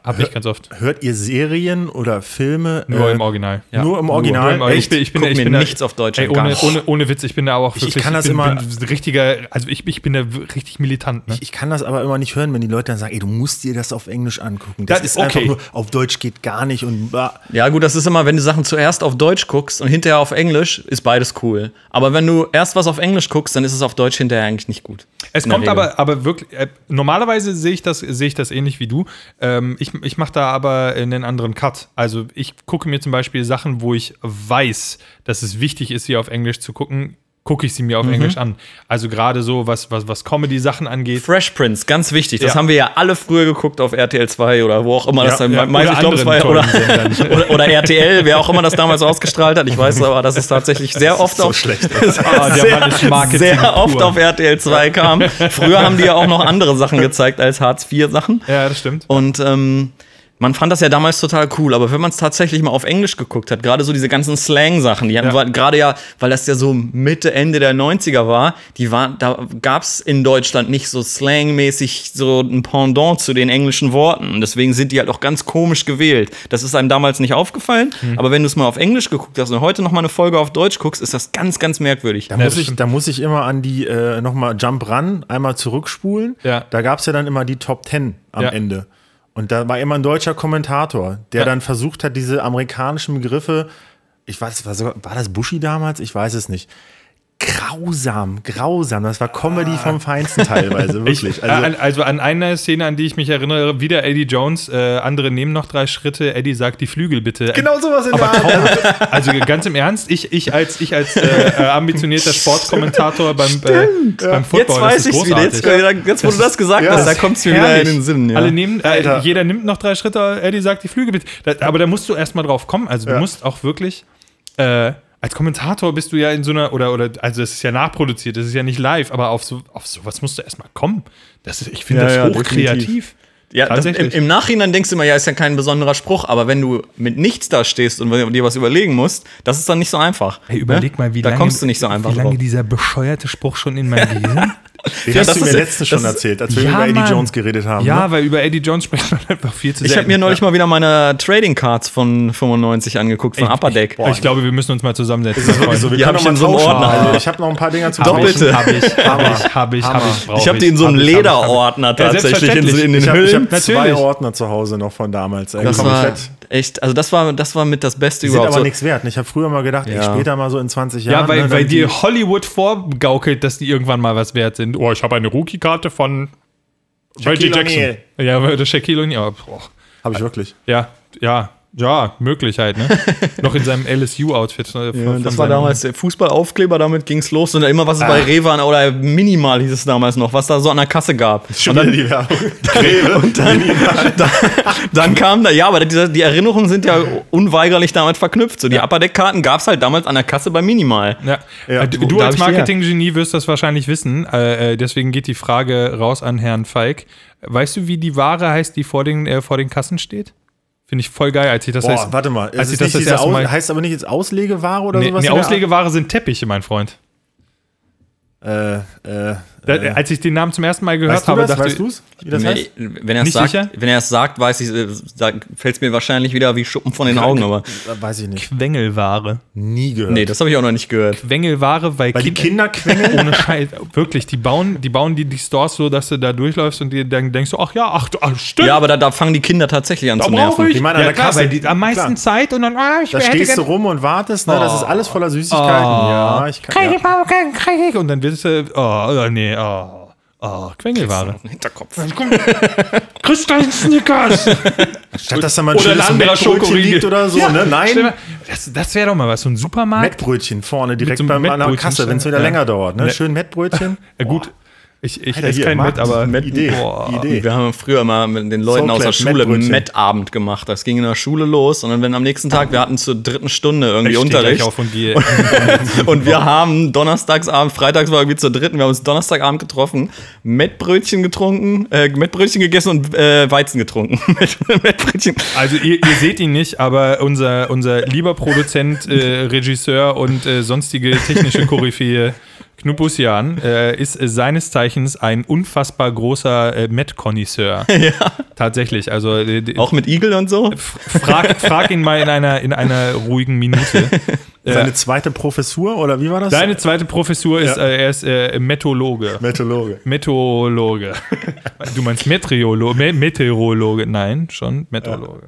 D: habe ich ganz oft.
E: Hört ihr Serien oder Filme?
D: Nur
E: äh,
D: im Original. ja.
E: Nur im Original.
D: Nur im Ich
E: Echt?
D: bin, ich bin,
F: Guck
D: ich
F: mir
D: bin da-
F: nichts auf Deutsch
D: Ey,
F: an, gar
D: ohne,
F: nicht.
D: ohne, ohne Witz, ich bin da aber auch
E: ich
D: wirklich.
E: kann das
D: bin,
E: immer-
D: Bin richtiger, also ich, ich bin da w- richtig militant. Ne?
E: Ich kann das aber immer nicht hören, wenn die Leute dann sagen, ey, du musst dir das auf Englisch angucken. Das,
D: Das-
E: ist
D: okay.
E: einfach nur, auf Deutsch geht gar nicht und bah.
F: Ja, gut, das ist immer, wenn du Sachen zuerst auf Deutsch guckst und hinterher auf Englisch, ist beides cool. Aber wenn du erst was auf Englisch guckst, dann ist es auf Deutsch hinterher eigentlich nicht gut.
D: Es
F: In der
D: kommt
F: Regel.
D: aber, aber wirklich, äh, normalerweise sehe ich, das, sehe ich das ähnlich wie du. Ähm, ich ich mache da aber einen anderen Cut. Also ich gucke mir zum Beispiel Sachen, wo ich weiß, dass es wichtig ist, sie auf Englisch zu gucken, gucke ich sie
F: Mhm.
D: mir auf Englisch an. Also gerade so, was, was, was Comedy-Sachen angeht.
F: Fresh Prince, ganz wichtig.
D: Ja.
F: Das haben wir ja alle früher geguckt auf RTL 2 oder wo auch immer das dann
D: ja.
F: meist,
D: Oder
F: ich glaube, es war ja,
D: anderen
F: oder, oder, oder RTL, wer auch immer das damals ausgestrahlt hat. Ich weiß aber, dass es tatsächlich sehr oft
E: so
F: auf,
E: schlecht.
D: Ah, der Mann ist Marketing
F: sehr oft
D: pur.
F: auf RTL 2 kam. Früher haben die ja auch noch andere Sachen gezeigt als Hartz IV Sachen.
D: Ja, das stimmt.
F: Und ähm, man fand das ja damals total cool, aber wenn man es tatsächlich mal auf Englisch geguckt hat, gerade so diese ganzen Slang-Sachen, die hatten
D: Ja.
F: gerade ja, weil das ja so Mitte, Ende der 90er war, die waren, da gab es in Deutschland nicht so slangmäßig so ein Pendant zu den englischen Worten. Und deswegen sind die halt auch ganz komisch gewählt. Das ist einem damals nicht aufgefallen,
D: Hm.
F: aber wenn du es mal auf Englisch geguckt hast und heute nochmal eine Folge auf Deutsch guckst, ist das ganz, ganz merkwürdig.
E: Da
D: Ja,
E: muss,
D: das
E: ich,
D: stimmt.
E: da muss ich immer an die äh, nochmal Jump Run, einmal zurückspulen.
D: Ja.
E: Da gab es ja dann immer die Top 10 am
D: Ja.
E: Ende. Und da war immer ein deutscher Kommentator, der dann versucht hat, diese amerikanischen Begriffe, ich weiß, war, sogar, war das Bushi damals? Ich weiß es nicht. Grausam, grausam. Das war Comedy vom Feinsten teilweise, wirklich.
D: Ah. Ich, also,
E: Also,
D: an, also an eine Szene, an die ich mich erinnere, wieder Eddie Jones, äh, andere nehmen noch drei Schritte, Eddie sagt die Flügel bitte.
E: genau sowas in der Art.
D: Also ganz im Ernst, ich, ich als, ich als äh, äh, ambitionierter Sportkommentator beim, äh, beim Football,
F: Jetzt weiß ich wieder. Jetzt, jetzt, wo du das gesagt
E: ja,
F: hast, da
E: das ist
F: kommt es mir wieder in
D: Herrlich.
F: den Sinn. Ja.
D: Alle nehmen, äh,
E: Alter.
D: jeder nimmt noch drei Schritte, Eddie sagt die Flüge bitte. Da, aber da musst du erstmal drauf kommen. Also du musst auch wirklich, äh, als Kommentator bist du ja in so einer, oder, oder, also das ist ja nachproduziert, das ist ja nicht live, aber auf, so, auf sowas musst du erstmal kommen. Das ist, ich finde
F: Ja,
D: das
F: ja,
D: hochkreativ.
F: Ja, das, im,
D: Tatsächlich.
F: im Nachhinein denkst du immer, ja, ist ja kein besonderer Spruch, aber wenn du mit nichts da stehst und dir was überlegen musst, das ist dann nicht so einfach.
D: Ey, überleg mal, wie
F: Ne? da
D: lange,
F: kommst du nicht so einfach
D: wie lange
F: drauf.
D: dieser bescheuerte Spruch schon in meinem Gehirn
E: Den
F: Ja,
E: hast
F: das
E: du mir
F: ist-
E: letztens
F: das
E: schon
F: ist-
E: erzählt, als wir
D: Ja,
E: über Eddie
D: Mann.
E: Jones geredet haben.
D: Ja,
E: ne?
D: weil über Eddie Jones spricht man einfach viel zu
F: Ich
D: selten.
F: habe mir neulich mal wieder meine Trading Cards von 95 angeguckt, von Upper Deck.
D: Ich glaube, wir müssen uns mal zusammensetzen.
E: Also, wir
F: Die
E: können
F: hab ich
E: noch mal
F: in so einem
E: tauschen.
F: Ordner.
E: Also, ich habe noch ein paar Dinger zu
F: Doppelte.
E: tauschen.
D: Habe ich, habe ich, habe ich, habe ich. brauch
F: ich habe die in so einem
D: hab ich, hab ich, hab ich.
F: Lederordner
D: Ja,
F: tatsächlich in,
D: selbstverständlich.
F: in den
E: Ich habe
F: Hüllen.
E: hab zwei
D: Natürlich.
E: Ordner zu Hause noch von damals. ey,
F: das war
E: komplett.
F: echt, also das war, das war mit das Beste
E: Die sind
F: überhaupt.
E: aber
F: So-
E: nichts wert. ne? Ich habe früher mal gedacht, ey,
F: Ja.
E: später mal so in 20 Jahren.
D: Ja, weil,
E: ne,
D: weil
E: dann
D: dir Hollywood vorgaukelt, dass die irgendwann mal was wert sind. Oh, ich habe eine Rookie-Karte von Reggie Jackson. Ja, oder Shaquille O'Neal. Boah.
E: Habe ich wirklich.
D: Ja, ja, ja, Möglichkeit, ne? Noch in seinem LSU-Outfit. ne, von- Ah.
F: Ja,
D: von
F: das war
D: seinem-
F: damals der Fußballaufkleber, damit ging's los. Und immer was es bei Rewe an- oder minimal hieß es damals noch, was da so an der Kasse gab.
E: Schon wieder die Werbung. Rewe.
F: dann, dann kam da, ja, aber die, die Erinnerungen sind ja unweigerlich damit verknüpft. So, die Upper Deck-Karten gab es halt damals an der Kasse bei Minimal.
D: Ja. Äh,
E: wo-
D: du als
E: da hab ich die her.
D: Marketing-Genie wirst das wahrscheinlich wissen. Äh, äh, deswegen geht die Frage raus an Herrn Falk. Weißt du, wie die Ware heißt, die vor den, äh, vor den Kassen steht? Finde ich voll geil, als ich das
E: Boah,
D: heißt,
E: warte mal.
D: Als
E: Ist
D: ich
E: es
D: das
E: nicht
D: das
E: diese
D: erste
E: Aus,
D: Mal.
E: heißt aber nicht jetzt Auslegeware oder
D: Nee,
E: sowas?
D: nee,
E: in der
D: Auslegeware sind Teppiche, mein Freund.
E: Art? Äh, äh,
D: Da, als ich den Namen zum ersten Mal gehört
E: weißt du
D: habe,
E: das?
D: dachte
E: weißt
D: ich.
E: du's? Wie das heißt?
F: Wenn er es
D: Nicht
F: sagt,
D: sicher?
F: wenn er es sagt, weiß ich, fällt es mir wahrscheinlich wieder wie Schuppen von den Augen, aber
E: Äh, Weiß ich nicht.
D: Quengelware.
E: Nie gehört.
F: nee, das habe ich auch noch nicht gehört.
D: Quengelware, weil,
E: weil die Kinder quengeln.
D: ohne Scheiß, wirklich, die bauen, die bauen die, die Stores so, dass du da durchläufst und dir dann denkst du, ach ja, ach, du- ach stimmt.
F: Ja, aber da, da fangen die Kinder tatsächlich an
D: da
F: zu
D: brauche
F: nerven.
D: ich.
E: Ich meine, an der Kasse-
D: weil die am meisten
E: klar.
D: Zeit und dann, ah, ich
E: Da
D: hätte Oh.
E: stehst du
D: gerne
E: rum und wartest. Ne? Das ist alles voller Süßigkeiten. Ja, ich kann. Ja.
D: Kreisig, und dann wirst du, oh, oh, nee, oh, oh, Quengelware.
F: Hinterkopf.
D: Kriegst deinen Snickers!
E: Statt dass da mal ein
D: Oder ein
E: schönes
D: anderer
E: Mettbrötchen
D: Schokoriegel.
E: liegt oder so. ne?
D: Stell
E: Nein.
D: mal, Das, das wäre doch mal was, so ein Supermarkt.
E: Mettbrötchen vorne direkt
D: so einem
E: beim- an der
D: Mettbrötchen
E: Kasse, wenn es wieder
D: stellen.
E: länger dauert. Ne?
D: Ne.
E: Schön Mettbrötchen.
D: Ja, gut. Ich, ich
E: Alter,
D: esse
E: hier,
D: kein
E: Markt-
D: Met, aber
E: Met- Idee,
D: Boah.
E: Idee.
F: Wir haben früher mal mit den Leuten aus der
E: Soundcloud
F: Schule
E: Mettbrötchen.
F: Mettabend gemacht. Das ging in der Schule los und dann, wenn am nächsten Tag, wir hatten zur dritten Stunde irgendwie
D: Ich stehe
F: Unterricht.
D: gleich auf und gehe.
F: Und wir haben donnerstagsabend, freitags war irgendwie zur dritten, wir haben uns donnerstagabend getroffen, Mettbrötchen getrunken, äh, Mettbrötchen gegessen und äh, Weizen getrunken. Met- Mettbrötchen.
D: Also ihr, ihr seht ihn nicht, aber unser, unser lieber Produzent, äh, Regisseur und äh, sonstige technische Koryphäe Knupusian äh, ist äh, seines Zeichens ein unfassbar großer äh, Met-Konisseur. Ja. Tatsächlich. Also äh, d-
F: Auch mit Igel und so.
D: frag, frag ihn mal in einer, in einer ruhigen Minute.
E: Seine zweite Professur oder wie war das?
D: Deine zweite Professur ist,
E: Ja.
D: äh, er ist äh, Metologe.
E: Meteorologe.
D: Meteorologe. Du meinst Meteorologe? Me Meteorologe? Nein, schon Meteorologe.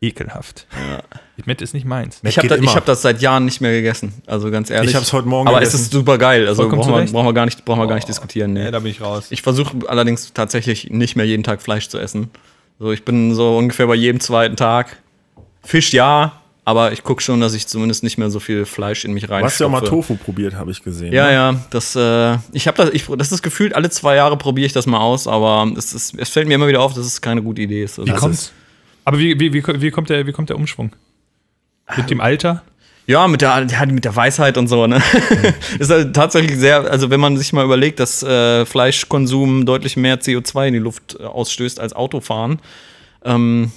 D: Ekelhaft. Met ist nicht meins.
F: Ich habe
E: geht
F: das, ich
E: immer.
F: hab das seit Jahren nicht mehr gegessen. Also ganz ehrlich.
E: Ich hab's heute Morgen
F: Aber es
E: gegessen.
F: ist super geil. Also
D: Vollkommen
F: brauchen wir,
D: zurecht.
F: brauchen wir gar nicht, brauchen wir gar nicht diskutieren. Nee.
D: Ja, da bin ich raus.
F: Ich versuche allerdings tatsächlich nicht mehr jeden Tag Fleisch zu essen. So, ich bin so ungefähr bei jedem zweiten Tag. Fisch ja, aber ich gucke schon, dass ich zumindest nicht mehr so viel Fleisch in mich rein.
E: Du hast ja auch mal Tofu probiert, habe ich gesehen.
F: Ja,
E: ne?
F: ja, das, äh, ich habe das, ich, das ist gefühlt, alle zwei Jahre probiere ich das mal aus, aber es, ist, es fällt mir immer wieder auf, dass es keine gute Idee ist. Also,
D: kommt's? Aber wie, wie, wie, wie, kommt der, wie kommt der Umschwung? Mit dem Alter?
F: Ja, mit der, ja, mit der Weisheit und so, ne? ist halt tatsächlich sehr, also wenn man sich mal überlegt, dass äh, Fleischkonsum deutlich mehr CO2 in die Luft äh, ausstößt als Autofahren, ähm,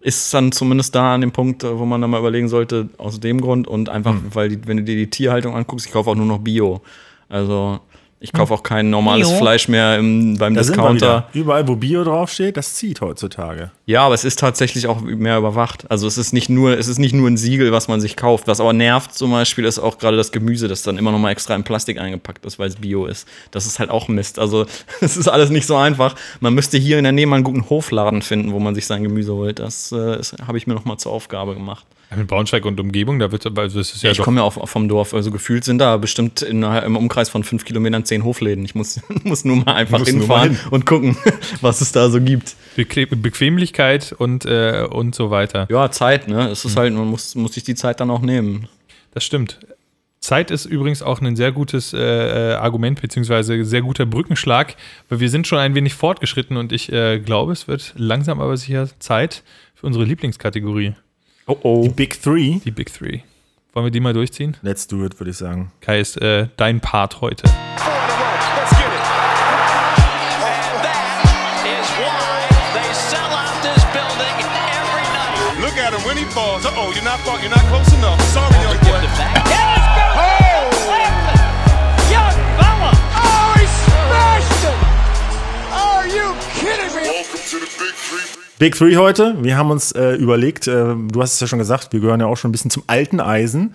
F: ist dann zumindest da an dem Punkt, äh, wo man dann mal überlegen sollte, aus dem Grund und einfach,
E: Hm.
F: weil die, wenn du dir die Tierhaltung anguckst, ich kaufe auch nur noch Bio. Also ich kaufe auch kein normales Fleisch mehr im, beim
E: Hm. Da sind wir
F: Discounter.
E: wieder. Überall, wo Bio draufsteht, das zieht heutzutage.
F: Ja, aber es ist tatsächlich auch mehr überwacht. Also es ist nicht nur, es ist nicht nur ein Siegel, was man sich kauft. Was aber nervt zum Beispiel, ist auch gerade das Gemüse, das dann immer noch mal extra in Plastik eingepackt ist, weil es Bio ist. Das ist halt auch Mist. Also es ist alles nicht so einfach. Man müsste hier in der Nähe mal einen guten Hofladen finden, wo man sich sein Gemüse holt. Das, äh, ist- habe ich mir noch mal zur Aufgabe gemacht.
D: In Braunschweig und Umgebung, da wird also es ist ja
F: ich
D: doch-
F: komme ja auch vom Dorf. Also gefühlt sind da bestimmt in, im Umkreis von fünf Kilometern zehn Hofläden. Ich muss, muss nur mal einfach
E: Muss nur mal
F: hinfahren
E: hin.
F: und gucken, was es da so gibt.
D: Bequem- Bequemlichkeit und, äh, und so weiter.
F: Ja, Zeit, ne? Es
E: Mhm.
F: ist halt, man muss, muss sich die Zeit dann auch nehmen.
D: Das stimmt. Zeit ist übrigens auch ein sehr gutes äh, äh, Argument beziehungsweise sehr guter Brückenschlag, weil wir sind schon ein wenig fortgeschritten und ich äh, glaube, es wird langsam aber sicher Zeit für unsere Lieblingskategorie,
F: Oh oh.
E: Die Big Three.
D: die Big Three. Wollen wir die mal durchziehen?
E: Let's do it, würde ich sagen.
D: Kai ist äh, dein Part heute.
G: Look at him when he falls. Uh oh, you're not far, you're not close enough. Sorry, young boy.
E: Big Three heute. Wir haben uns äh, überlegt, äh, du hast es ja schon gesagt, wir gehören ja auch schon ein bisschen zum alten Eisen.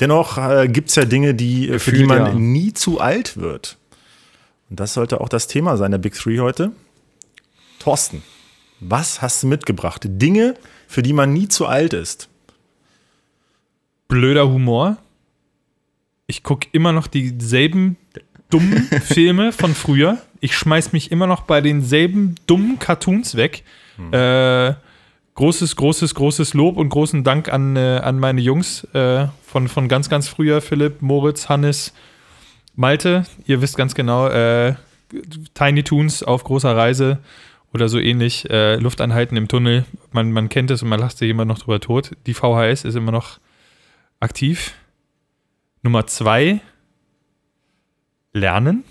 E: Dennoch äh, gibt es ja Dinge, die, äh, für die
F: Gefühlt,
E: man
F: ja.
E: nie zu alt wird. Und das sollte auch das Thema sein, der Big Three heute. Thorsten, was hast du mitgebracht? Dinge, für die man nie zu alt ist.
D: Blöder Humor. Ich gucke immer noch dieselben dummen Filme von früher. Ich schmeiß mich immer noch bei denselben dummen Cartoons weg. Äh, großes, großes, großes Lob und großen Dank an, äh, an meine Jungs äh, von, von ganz, ganz früher. Philipp, Moritz, Hannes, Malte. Ihr wisst ganz genau, äh, Tiny Toons auf großer Reise oder so ähnlich. Äh, Luft anhalten im Tunnel. Man, man kennt es und man lacht sich immer noch drüber tot. Die VHS ist immer noch aktiv. Nummer zwei, Lernen.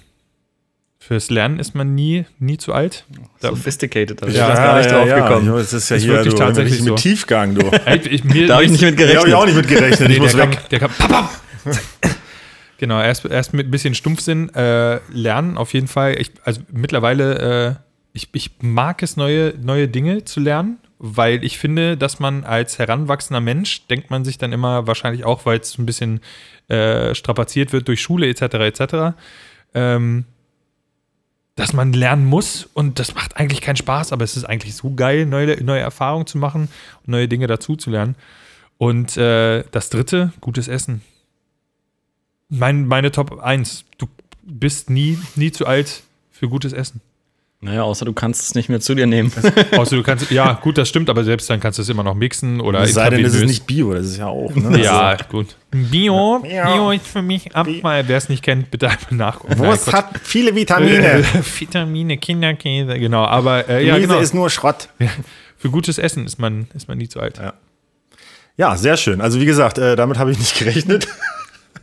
D: Fürs Lernen ist man nie, nie zu alt. Da,
F: Sophisticated, da
D: Ja,
F: ich gar nicht drauf gekommen.
E: Ja, das ist ja
D: Ist
E: hier
D: wirklich
E: du,
D: tatsächlich
E: richtig mit
D: so.
E: Tiefgang, du. da
D: Ey, ich, mir,
F: Da habe ich nicht mit gerechnet.
E: habe ich auch nicht mit gerechnet.
D: Nee,
E: ich muss
D: der
E: weg.
D: Kam, der kam, pam, pam. genau, erst, erst mit ein bisschen Stumpfsinn äh, lernen, auf jeden Fall. Ich, also mittlerweile, äh, ich, ich mag es, neue, neue Dinge zu lernen, weil ich finde, dass man als heranwachsender Mensch, denkt man sich dann immer wahrscheinlich auch, weil es ein bisschen äh, strapaziert wird durch Schule etc. etc., ähm, dass man lernen muss und das macht eigentlich keinen Spaß, aber es ist eigentlich so geil, neue, neue Erfahrungen zu machen und neue Dinge dazu zu lernen. Und äh, das dritte, gutes Essen. Mein, meine Top 1. Du bist nie, nie zu alt für gutes Essen.
F: Naja, außer du kannst es nicht mehr zu dir nehmen.
D: Außer du kannst, ja, gut, das stimmt, aber selbst dann kannst du es immer noch mixen oder
E: Es sei denn, es ist
D: intravenös.
E: nicht Bio, das ist ja auch. Ne?
D: Ja, gut. Bio, Bio ist für mich Abfall. Wer es nicht kennt, bitte einfach nachgucken.
E: Wurst
D: Nein,
E: hat viele
D: Quatsch.
E: Vitamine.
D: Vitamine, Kinderkäse, genau. Aber äh, ja,
E: Gemüse
D: genau.
E: ist nur Schrott.
D: für gutes Essen ist man, ist man nie zu alt.
E: Ja, sehr schön. Also wie gesagt, äh, damit habe ich nicht gerechnet.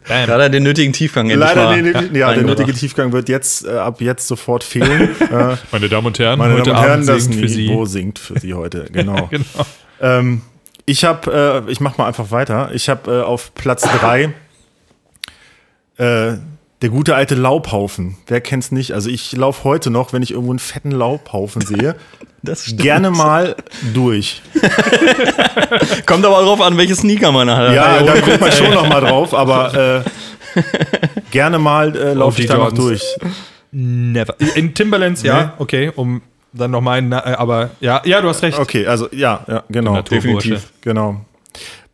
F: Da hat er den nötigen Tiefgang endlich
E: Leider,
F: mal
E: nee, nee, nee, ja, der
F: eingebracht.
E: nötige Tiefgang wird jetzt äh, ab jetzt sofort fehlen. äh,
D: Meine Damen und Herren,
E: meine
D: heute
E: Damen und Herren,
D: Abend
E: das
D: singt für Sie.
E: Niveau sinkt für Sie heute. Genau.
D: Genau.
E: ähm, ich habe, äh, ich mache mal einfach weiter. Ich habe äh, auf Platz drei äh, der gute alte Laubhaufen. Wer kennt's nicht? Also ich laufe heute noch, wenn ich irgendwo einen fetten Laubhaufen sehe,
F: Das stimmt.
E: gerne mal durch.
F: Kommt aber drauf an, welche Sneaker man hat.
E: Ja, da guckt man schon noch mal drauf, aber äh, gerne mal äh,
D: Auf
E: laufe
D: die
E: ich da noch
D: Jordans.
E: durch.
D: Never. In Timberlands,
E: Nee.
D: ja, okay, um dann nochmal, äh, aber ja, ja, du hast recht.
E: Okay, also ja, ja genau.
D: Naturbursche.
E: Definitiv. Genau.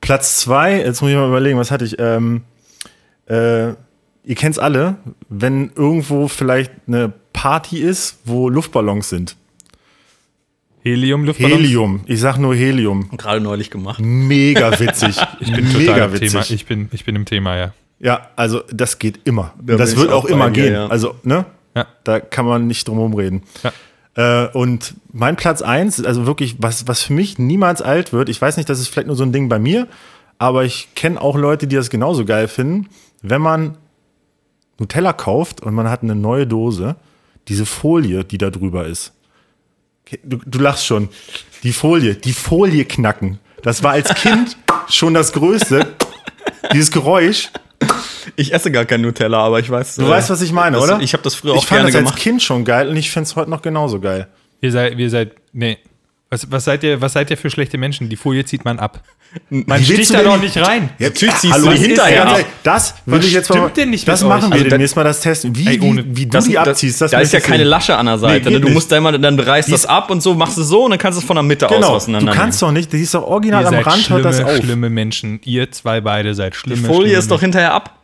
E: Platz zwei, jetzt muss ich mal überlegen, was hatte ich? Ähm, äh, ihr kennt's alle, wenn irgendwo vielleicht eine Party ist, wo Luftballons sind.
D: Helium, Luftballons.
E: Helium. Ich sag nur Helium.
F: Gerade neulich gemacht.
E: Mega witzig. ich bin
D: Total
E: mega
D: im
E: witzig.
D: Thema. Ich bin, ich bin im Thema, ja.
E: Ja, also das geht immer.
F: Da
E: das
F: bin
E: wird
F: ich
E: auch
F: auch
E: immer
F: bei dir,
E: gehen.
F: ja.
E: Also, ne?
D: Ja.
E: Da kann man nicht drum rumreden. Äh, und mein Platz eins, also wirklich, was, was für mich niemals alt wird, ich weiß nicht, das ist vielleicht nur so ein Ding bei mir, aber ich kenne auch Leute, die das genauso geil finden, wenn man Nutella kauft und man hat eine neue Dose, diese Folie, die da drüber ist. Du, du lachst schon. Die Folie, die Folie knacken. Das war als Kind schon das Größte. Dieses Geräusch,
F: Ich esse gar kein Nutella, aber ich weiß. äh,
E: Du
D: Äh,
E: weißt, was ich meine,
F: das,
E: oder?
F: Ich habe das früher
E: ich
F: auch gerne
E: fand das als
F: gemacht.
E: Kind schon geil und ich finde es heute noch genauso geil.
D: Ihr seid, wir seid, nee. Was, was, seid ihr, was seid ihr für schlechte Menschen? Die Folie zieht man ab. Man
E: Wie
D: sticht
E: willst du
D: da
E: denn
D: doch
E: die-
D: nicht rein.
E: Ja, ah,
F: natürlich ziehst du die
E: das ist
F: hinterher
E: ganz
F: ab.
E: ehrlich, Das will ich jetzt mal.
D: stimmt denn nicht
E: das
D: mit
E: machen
D: euch?
E: wir
F: Also da-
E: demnächst mal das testen. Wie,
D: Ey, ohne-
E: wie, wie du
F: Das-
E: die
F: das-
E: abziehst, das
F: da ist
E: möchte
F: ja
E: ich
F: keine
E: sehen.
F: Lasche an der Seite.
E: geht
F: ne? Du
E: nicht.
F: musst da immer, dann reißt das ab und so, machst es so und dann kannst du es von der Mitte aus
E: Genau, du
F: auseinander.
E: kannst doch nicht, die ist doch original
D: Ihr
E: am
D: seid
E: Rand,
D: schlimme,
E: hört das auf.
D: schlimme Menschen. Ihr zwei beide seid schlimme.
F: Die Folie
D: schlimme
F: ist doch hinterher ab.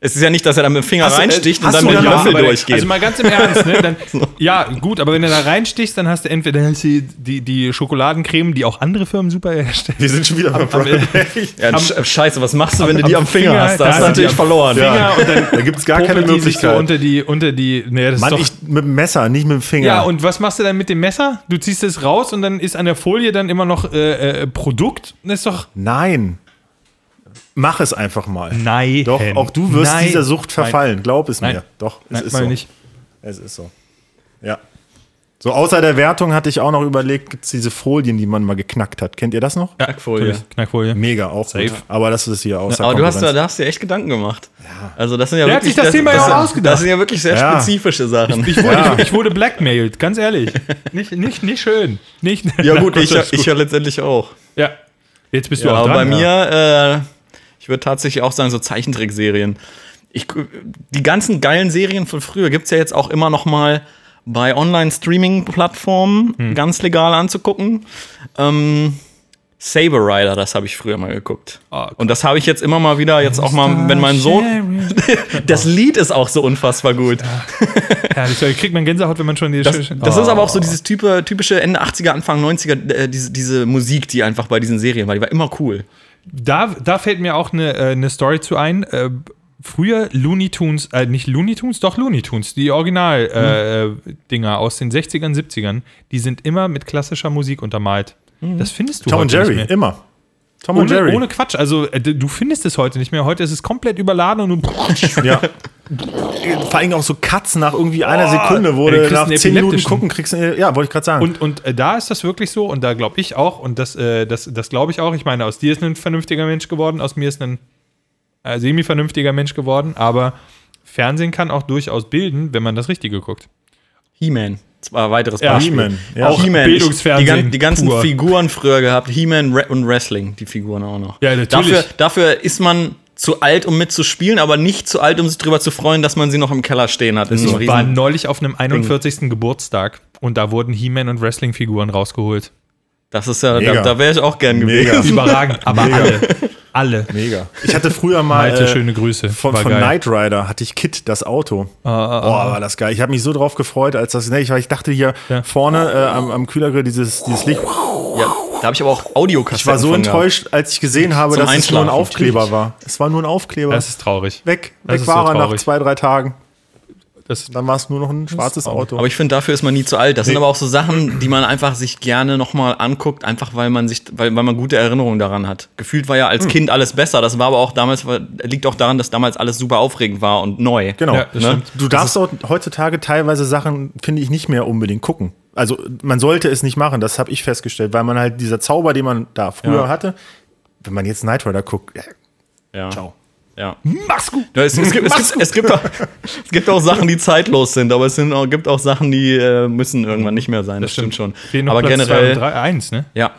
F: Es ist ja nicht, dass er da mit dem Finger
E: Hast du-
F: reinsticht und
E: äh, hast
F: dann
E: du
F: mit dem
E: dann
F: Löffel
E: auch-
D: aber-
F: durchgeht.
D: Also mal ganz im Ernst, ne? Dann, Ja, gut, aber wenn du da reinstichst, dann hast du entweder dann hast du die, die Schokoladencreme, die auch andere Firmen super herstellen.
E: Wir sind schon wieder bei Brian.
F: ja, sch- scheiße, was machst du, wenn du die
D: am
F: am Finger,
D: Finger,
F: hast?
D: da
F: Da
D: hast
F: hast du
D: du die
F: natürlich
D: am
F: verloren.
E: Finger.
D: Ja, und dann
E: Da gibt es gar keine
D: popeln die sich So
E: Möglichkeit.
D: unter die, unter die, nee, das
E: Mann,
D: ist doch,
E: ich, mit dem Messer, nicht mit dem Finger.
D: ja, und was machst du dann mit dem Messer? Du ziehst es raus und dann ist an der Folie dann immer noch äh, äh, Produkt. Das ist doch.
E: Nein. Mach es einfach mal.
D: Nein.
E: Doch, auch du wirst
D: Nein.
E: dieser Sucht verfallen. Glaub es
D: Nein.
E: mir. Doch, es
D: Nein,
E: ist
D: mal
E: so.
D: nicht.
E: Es ist so. Ja. So, außer der Wertung hatte ich auch noch überlegt, gibt es diese Folien, die man mal geknackt hat. Kennt ihr das noch?
F: Knackfolie.
D: Knackfolie.
E: Mega, auch
D: Safe.
E: gut. Aber das ist hier außer
F: Aber du hast, da,
E: Konkurrenz.
F: da hast dir echt Gedanken gemacht. Also das sind ja
D: Der hat
F: wirklich,
D: sich das Thema ja auch
F: ausgedacht. Das sind ja wirklich sehr
E: Ja.
F: spezifische Sachen.
D: Ich wurde,
E: Ja.
D: ich, ich wurde blackmailed, ganz ehrlich. Nicht, nicht, nicht schön. Nicht,
F: ja gut,
D: Nein,
F: ich,
D: das ist
F: ich
D: gut.
F: ja letztendlich auch.
D: ja. Jetzt bist du
F: Ja,
D: auch
F: aber
D: dran.
F: bei mir, äh, ich würde tatsächlich auch sagen, so Zeichentrickserien. Ich, gu- die ganzen geilen Serien von früher gibt es ja jetzt auch immer noch mal bei Online-Streaming-Plattformen ganz legal anzugucken. Ähm, Saber Rider, das habe ich früher mal geguckt.
D: Ah, cool.
F: Und das habe ich jetzt immer mal wieder, jetzt auch mal, wenn mein Sohn. Das Lied ist auch so unfassbar gut.
D: Ja, das kriegt man Gänsehaut, wenn man schon Oh. die
F: Das, das ist aber auch so dieses type, typische Ende 80er, Anfang 90er, äh, diese, diese Musik, die einfach bei diesen Serien war, die war immer cool.
D: Da, da fällt mir auch eine, äh, eine Story zu ein. Äh, früher Looney Tunes, äh, nicht Looney Tunes, doch Looney Tunes, die
E: Mhm.
D: Original-Dinger aus den 60ern, 70ern, die sind immer mit klassischer Musik untermalt. Das findest du
E: Mhm. Tom und
D: heute
E: Jerry,
D: nicht mehr.
E: immer. Tom und
D: Ohne,
E: Jerry.
D: ohne Quatsch, also äh, du findest es heute nicht mehr. Heute ist es komplett überladen und du
E: Ja. Vor allem auch so Katzen nach irgendwie einer Sekunde
D: Ja,
E: wurde
D: du kriegst
E: nach
D: einen
E: zehn Minuten
D: epileptischen.
E: gucken, kriegst du, ja, wollte ich gerade sagen.
D: Und, und äh, da ist das wirklich so, und da glaube ich auch, und das, äh, das, das glaube ich auch. Ich meine, aus dir ist ein vernünftiger Mensch geworden, aus mir ist ein äh, semi-vernünftiger Mensch geworden, aber Fernsehen kann auch durchaus bilden, wenn man das Richtige guckt.
F: He-Man. Zwar ein weiteres
D: Ja.
F: Beispiel.
E: He-Man. Ja.
F: Auch He-Man.
D: Bildungsfernsehen
F: Die, gan- die ganzen
D: pur.
F: Figuren früher gehabt. He-Man Re- und Wrestling, die Figuren auch noch.
D: Ja, natürlich.
F: Dafür, dafür ist man zu alt, um mitzuspielen, aber nicht zu alt, um sich darüber zu freuen, dass man sie noch im Keller stehen hat. In so einem
D: Ich war
F: riesen-
D: neulich auf einem 41. Geburtstag und da wurden He-Man und Wrestling-Figuren rausgeholt.
F: das ist ja,
E: Mega.
F: da, da wäre ich auch gern gewesen.
E: Mega.
D: Überragend, aber alle. alle.
E: Mega. Ich hatte früher mal. äh,
D: Malte, schöne Grüße.
E: Von,
D: War
E: von Oh,
D: geil.
E: Knight Rider hatte ich Kit, das Auto.
D: Ah,
E: Boah, war das geil. Ich habe mich so drauf gefreut, als das. Ne, ich, weil ich dachte hier vorne äh, am, am Kühlergrill dieses, dieses Licht.
F: Ja, da habe ich aber auch Audiokassetten
E: Ich war so
F: von gehabt.
E: enttäuscht, als ich gesehen habe,
F: Zum
E: dass es nur ein
F: Einschlafen,
E: Aufkleber
F: natürlich.
E: war. Es war nur ein Aufkleber.
D: Das ist traurig.
E: weg
D: das
E: weg
D: ist so
E: war er nach
D: traurig.
E: zwei, drei Tagen.
D: Das,
E: Dann war es nur noch ein schwarzes Auto.
F: Aber ich finde, dafür ist man nie zu alt. Das sind aber auch so Sachen, die man einfach sich gerne nochmal anguckt, einfach weil man sich, weil, weil man gute Erinnerungen daran hat. Gefühlt war ja als Kind alles besser. Das war aber auch damals, liegt auch daran, dass damals alles super aufregend war und neu.
E: Genau.
D: Ja, das
E: ne?
D: stimmt.
E: Du darfst auch heutzutage teilweise Sachen, finde ich, nicht mehr unbedingt gucken. Also man sollte es nicht machen, das habe ich festgestellt, weil man halt dieser Zauber, den man da früher
D: Ja.
E: hatte, wenn man jetzt Knight Rider guckt, genau. äh,
F: Ja.
E: ciao.
F: Ja. Mach's gut. Ja, es, es, gibt, es, gibt, es, gibt auch, es gibt auch Sachen, die zeitlos sind, aber es sind auch, gibt auch Sachen, die äh, müssen irgendwann nicht mehr sein. Das, stimmt schon.
D: Fehlen noch
F: Aber
D: Platz Zwei und
F: generell,
D: drei, eins, ne?
F: ja.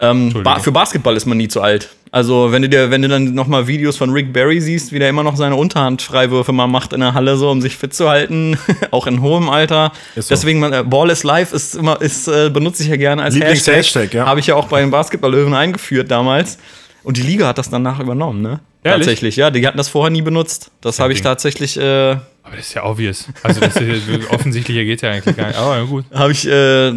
F: Ähm, ba für Basketball ist man nie zu alt. Also wenn du dir, wenn du dann nochmal Videos von Rick Barry siehst, wie der immer noch seine Unterhandfreiwürfe mal macht in der Halle so, um sich fit zu halten, auch in hohem Alter.
E: Ist so.
F: Deswegen man, äh, Ball is Life ist immer, ist äh, benutze ich ja gerne als Hashtag.
E: Lieblings-Hashtag, ja.
F: Habe ich ja auch bei den Basketball-Löwen eingeführt damals. Und die Liga hat das danach übernommen, ne?
D: Ehrlich?
F: Tatsächlich, ja. Die hatten das vorher nie benutzt. Das habe ich
D: Ding.
F: tatsächlich, äh,
D: Aber das ist ja obvious. Also das ist, offensichtlicher geht ja eigentlich gar nicht. Aber ja, gut.
F: habe ich, äh,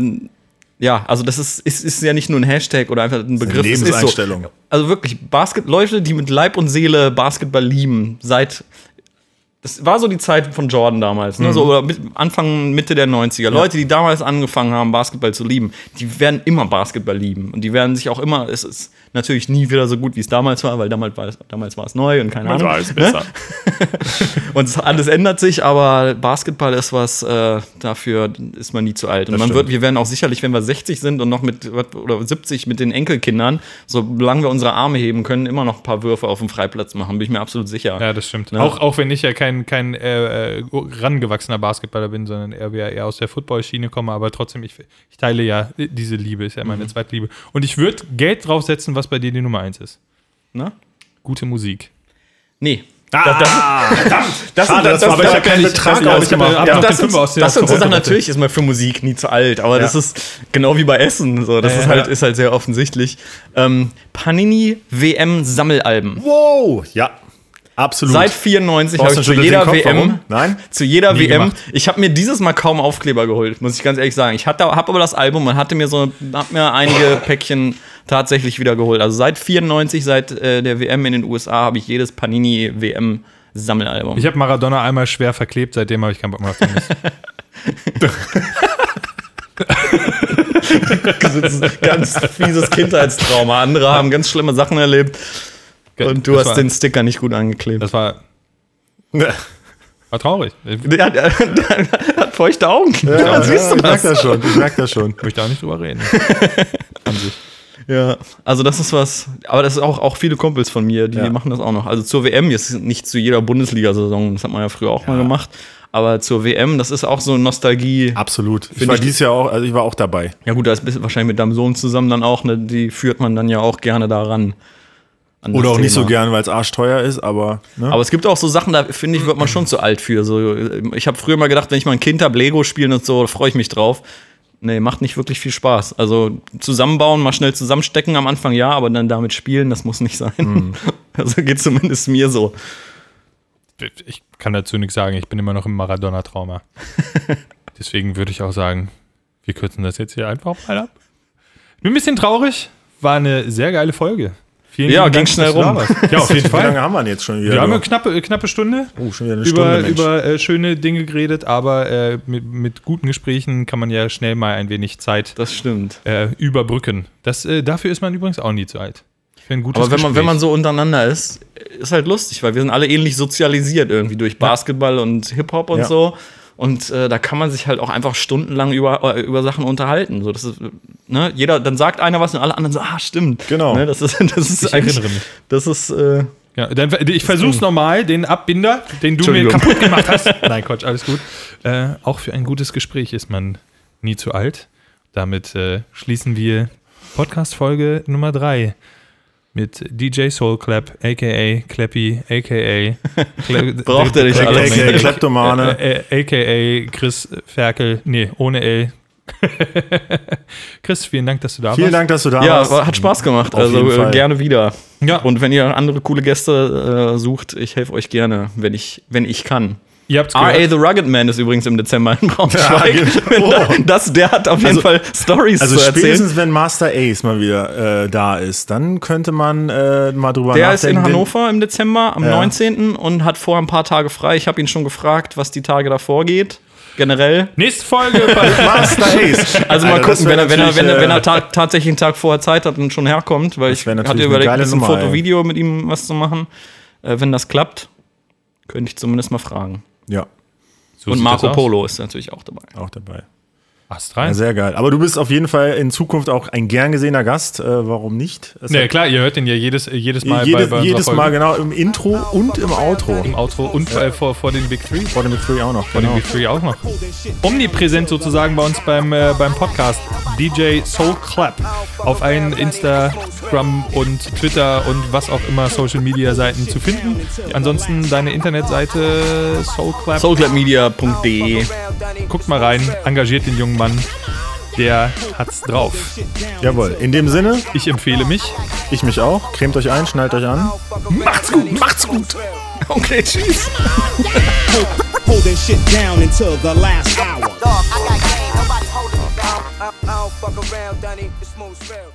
F: ja, also das ist, ist, ist ja nicht nur ein Hashtag oder einfach ein Begriff. es Ist so.
E: Lebenseinstellung.
F: Also wirklich, Basket Leute, die mit Leib und Seele Basketball lieben, seit. Das war so die Zeit von Jordan damals, ne? so, oder mit, Anfang, Mitte der 90er. Leute, die damals angefangen haben, Basketball zu lieben, die werden immer Basketball lieben. Und die werden sich auch immer, es ist natürlich nie wieder so gut, wie es damals war, weil damals war es, damals war es neu und keine Ahnung. ne?
E: besser.
F: Und es- alles ändert sich, aber Basketball ist was, äh, dafür ist man nie zu alt. Und man
E: stimmt.
F: wird, wir werden auch sicherlich, wenn wir 60 sind und noch mit oder 70 mit den Enkelkindern, solange wir unsere Arme heben können, immer noch ein paar Würfe auf dem Freiplatz machen, bin ich mir absolut sicher.
D: Ja, das stimmt. Auch, auch wenn ich ja kein, kein äh, äh, rangewachsener Basketballer bin, sondern eher, wie- eher aus der Football-Schiene komme, aber trotzdem, ich, ich teile ja diese Liebe, ist ja
F: Mhm.
D: meine Zweitliebe. Und ich würde Geld draufsetzen, was bei dir die Nummer eins ist.
F: Na?
D: Gute Musik.
F: Nee.
E: Das,
F: sind- das-
E: war
F: das-
E: aber keinen Betrag
D: das-
E: ausgemacht.
D: das-
E: Ja.
D: noch
F: das
D: den
F: sind,
D: Fünfer aus der
F: das sind so Sachen,
D: Toronto-Platte.
F: natürlich ist man für Musik nie zu alt, aber das
E: Ja.
F: ist genau wie bei Essen. So, das
D: Ja,
F: ist
D: ja,
F: halt,
D: ja.
F: ist halt sehr offensichtlich. Ähm, Panini WM Sammelalben.
E: Wow, ja, absolut.
F: Seit 94 habe ich zu
E: schüttelt den
F: jeder
E: Kopf,
F: WM
E: warum? Nein?
F: zu jeder
D: Nie
F: WM.
D: gemacht.
F: Ich habe mir dieses Mal kaum Aufkleber geholt, muss ich ganz ehrlich sagen. Ich hatte habe aber das Album und hatte mir so hab mir einige Päckchen tatsächlich wieder geholt. Also seit 94 seit äh, der WM in den USA habe ich jedes Panini WM Sammelalbum.
D: Ich habe Maradona einmal schwer verklebt, seitdem habe ich keinen Bock mehr auf Tennis.
F: Das ist ein ganz fieses Kindheitstrauma. Andere haben ganz schlimme Sachen erlebt und du
D: Das
F: hast
D: war,
F: den Sticker nicht gut angeklebt.
D: Das war, war traurig. Ich
F: Der hat, hat feuchte Augen.
E: Ja, ja, ich merk das schon, ich merk das schon.
D: möchte da nicht drüber reden.
F: Ja, also das ist was, aber das ist auch, auch viele Kumpels von mir, die
E: Ja.
F: machen das auch noch. Also zur WM, jetzt nicht zu jeder Bundesliga-Saison, das hat man ja früher auch mal gemacht, aber zur WM, das ist auch so Nostalgie.
E: Absolut. Ich
F: Find
E: war
F: ich-
E: dieses Jahr auch, also ich war auch dabei.
F: Ja gut, da ist bisschen- wahrscheinlich mit deinem Sohn zusammen dann auch, ne, die führt man dann ja auch gerne daran. an das
E: Oder auch nicht so
F: Thema.
E: gern, weil es arschteuer ist, aber ne?
F: Aber es gibt auch so Sachen, da finde ich, wird man schon zu alt für. So, ich habe früher mal gedacht, wenn ich mal ein Kind habe, Lego spielen und so, da freue ich mich drauf. Nee, macht nicht wirklich viel Spaß. Also zusammenbauen, mal schnell zusammenstecken am Anfang, ja, aber dann damit spielen, das muss nicht sein. Also geht zumindest mir so.
D: Ich kann dazu nichts sagen, ich bin immer noch im Maradona-Trauma. Deswegen würde ich auch sagen, wir kürzen das jetzt hier einfach mal ab. Bin ein bisschen traurig, war eine sehr geile Folge. Vielen
F: Ja,
D: lieben
F: ging
D: Dank,
F: schnell
D: dass du da
F: rum.
D: warst. Ja, auf jeden
E: wie lange
D: Fall.
E: haben wir denn jetzt schon wieder?
D: Wir haben eine knappe, äh, knappe Stunde
E: oh, schon wieder eine
D: über,
E: Stunde, Mensch.
D: über äh, schöne Dinge geredet, aber äh, mit, mit guten Gesprächen kann man ja schnell mal ein wenig Zeit
F: Das stimmt.
D: äh, überbrücken. Das, äh, dafür ist man übrigens auch nie zu alt. Für ein gutes
F: Aber wenn man,
D: Gespräch.
F: wenn man so untereinander ist, ist halt lustig, weil wir sind alle ähnlich sozialisiert irgendwie durch Basketball und Hip-Hop und
E: Ja.
F: so. Und äh, da kann man sich halt auch einfach stundenlang über, äh, über Sachen unterhalten. So, das ist, ne? Jeder, dann sagt einer was und alle anderen so, ah, stimmt.
E: Genau.
F: Ne? Das ist, das ist
D: Ich
F: eigentlich-
D: erinnere mich.
F: Das ist, äh,
D: Ja, dann, ich versuch's nochmal, den Abbinder, den du mir
F: Entschuldigung.
D: kaputt gemacht hast. Nein, Quatsch, alles gut. Äh, auch für ein gutes Gespräch ist man nie zu alt. Damit äh, schließen wir Podcast-Folge Nummer 3 mit DJ Soul Clap, a.k.a. Clappy, a.k.a. Cla-
F: Braucht er nicht
D: Cla-
F: alles.
E: AKA Kleptomane.
D: Äh, äh, a.k.a. Chris Ferkel, nee, ohne L, Chris, vielen Dank, dass du da
E: Vielen
D: warst.
E: Dank, dass du da
F: Ja,
E: warst.
F: war, hat Spaß gemacht.
E: Auf
F: also
E: jeden
F: äh,
E: Fall.
F: gerne wieder.
D: Ja.
F: Und wenn ihr andere coole Gäste äh, sucht, ich helfe euch gerne, wenn ich, wenn ich kann.
D: Ihr habt's gehört.
F: R.A. The Rugged Man ist übrigens im Dezember in Braunschweig.
E: Ja, genau.
F: Wenn da- das, der hat auf jeden
E: Also-
F: Fall Stories
E: Also
F: zu erzählen.
E: spätestens, wenn Master Ace mal wieder äh, da ist, dann könnte man äh, mal drüber nachdenken.
F: Der ist in
E: den-
F: Hannover im Dezember am
E: Ja.
F: 19. und hat vor ein paar Tage frei. Ich habe ihn schon gefragt, was die Tage davor geht. Generell.
D: Nächste Folge bei
E: Master Ace.
F: Also mal
E: Alter, das
F: gucken, wenn
E: wär
F: er, wenn er, wenn er,
E: natürlich,
F: wenn er
E: äh,
F: ta tatsächlich einen Tag vorher Zeit hat und schon herkommt, weil ich
E: wär natürlich
F: hatte
E: eine
F: überlegt, ein
E: geile
F: bisschen
E: Nummer, ey.
F: Foto-Video mit ihm was zu machen. Äh, wenn das klappt, könnte ich zumindest mal fragen.
E: Ja,
D: So
F: und
D: sieht
F: Marco
D: das aus.
F: Polo ist natürlich auch dabei.
E: auch dabei.
D: Ast rein.
E: Ja, sehr geil. Aber du bist auf jeden Fall in Zukunft auch ein gern gesehener Gast. Äh, warum nicht? Es
D: Ne,
E: hat-
D: klar, ihr hört den ja jedes, jedes Mal
E: jedes,
D: bei, bei unserer
E: jedes
D: Folge.
E: Mal genau im Intro und im Outro.
D: im Outro und äh, vor, vor den Big Three. Vor
E: Vor dem Big Three auch noch.
D: den
E: Genau.
D: Big Three auch noch. Omnipräsent sozusagen bei uns beim, äh, beim Podcast. DJ Soul Clap auf allen Instagram und Twitter und was auch immer Social Media Seiten zu finden. Ansonsten deine Internetseite Soul Clap.
F: soulclubmedia.de
D: Guckt mal rein, engagiert den jungen Mann. Der hat's drauf.
E: Jawohl. In dem Sinne,
D: Ich empfehle mich.
E: ich mich auch. Cremt euch ein, schnallt euch an.
D: Macht's gut, macht's gut.
F: Okay, tschüss.
A: Holding shit down until the last hour.
B: Dog, I got game, nobody holding me down.
C: I, I don't fuck around, Dunny. It's most real.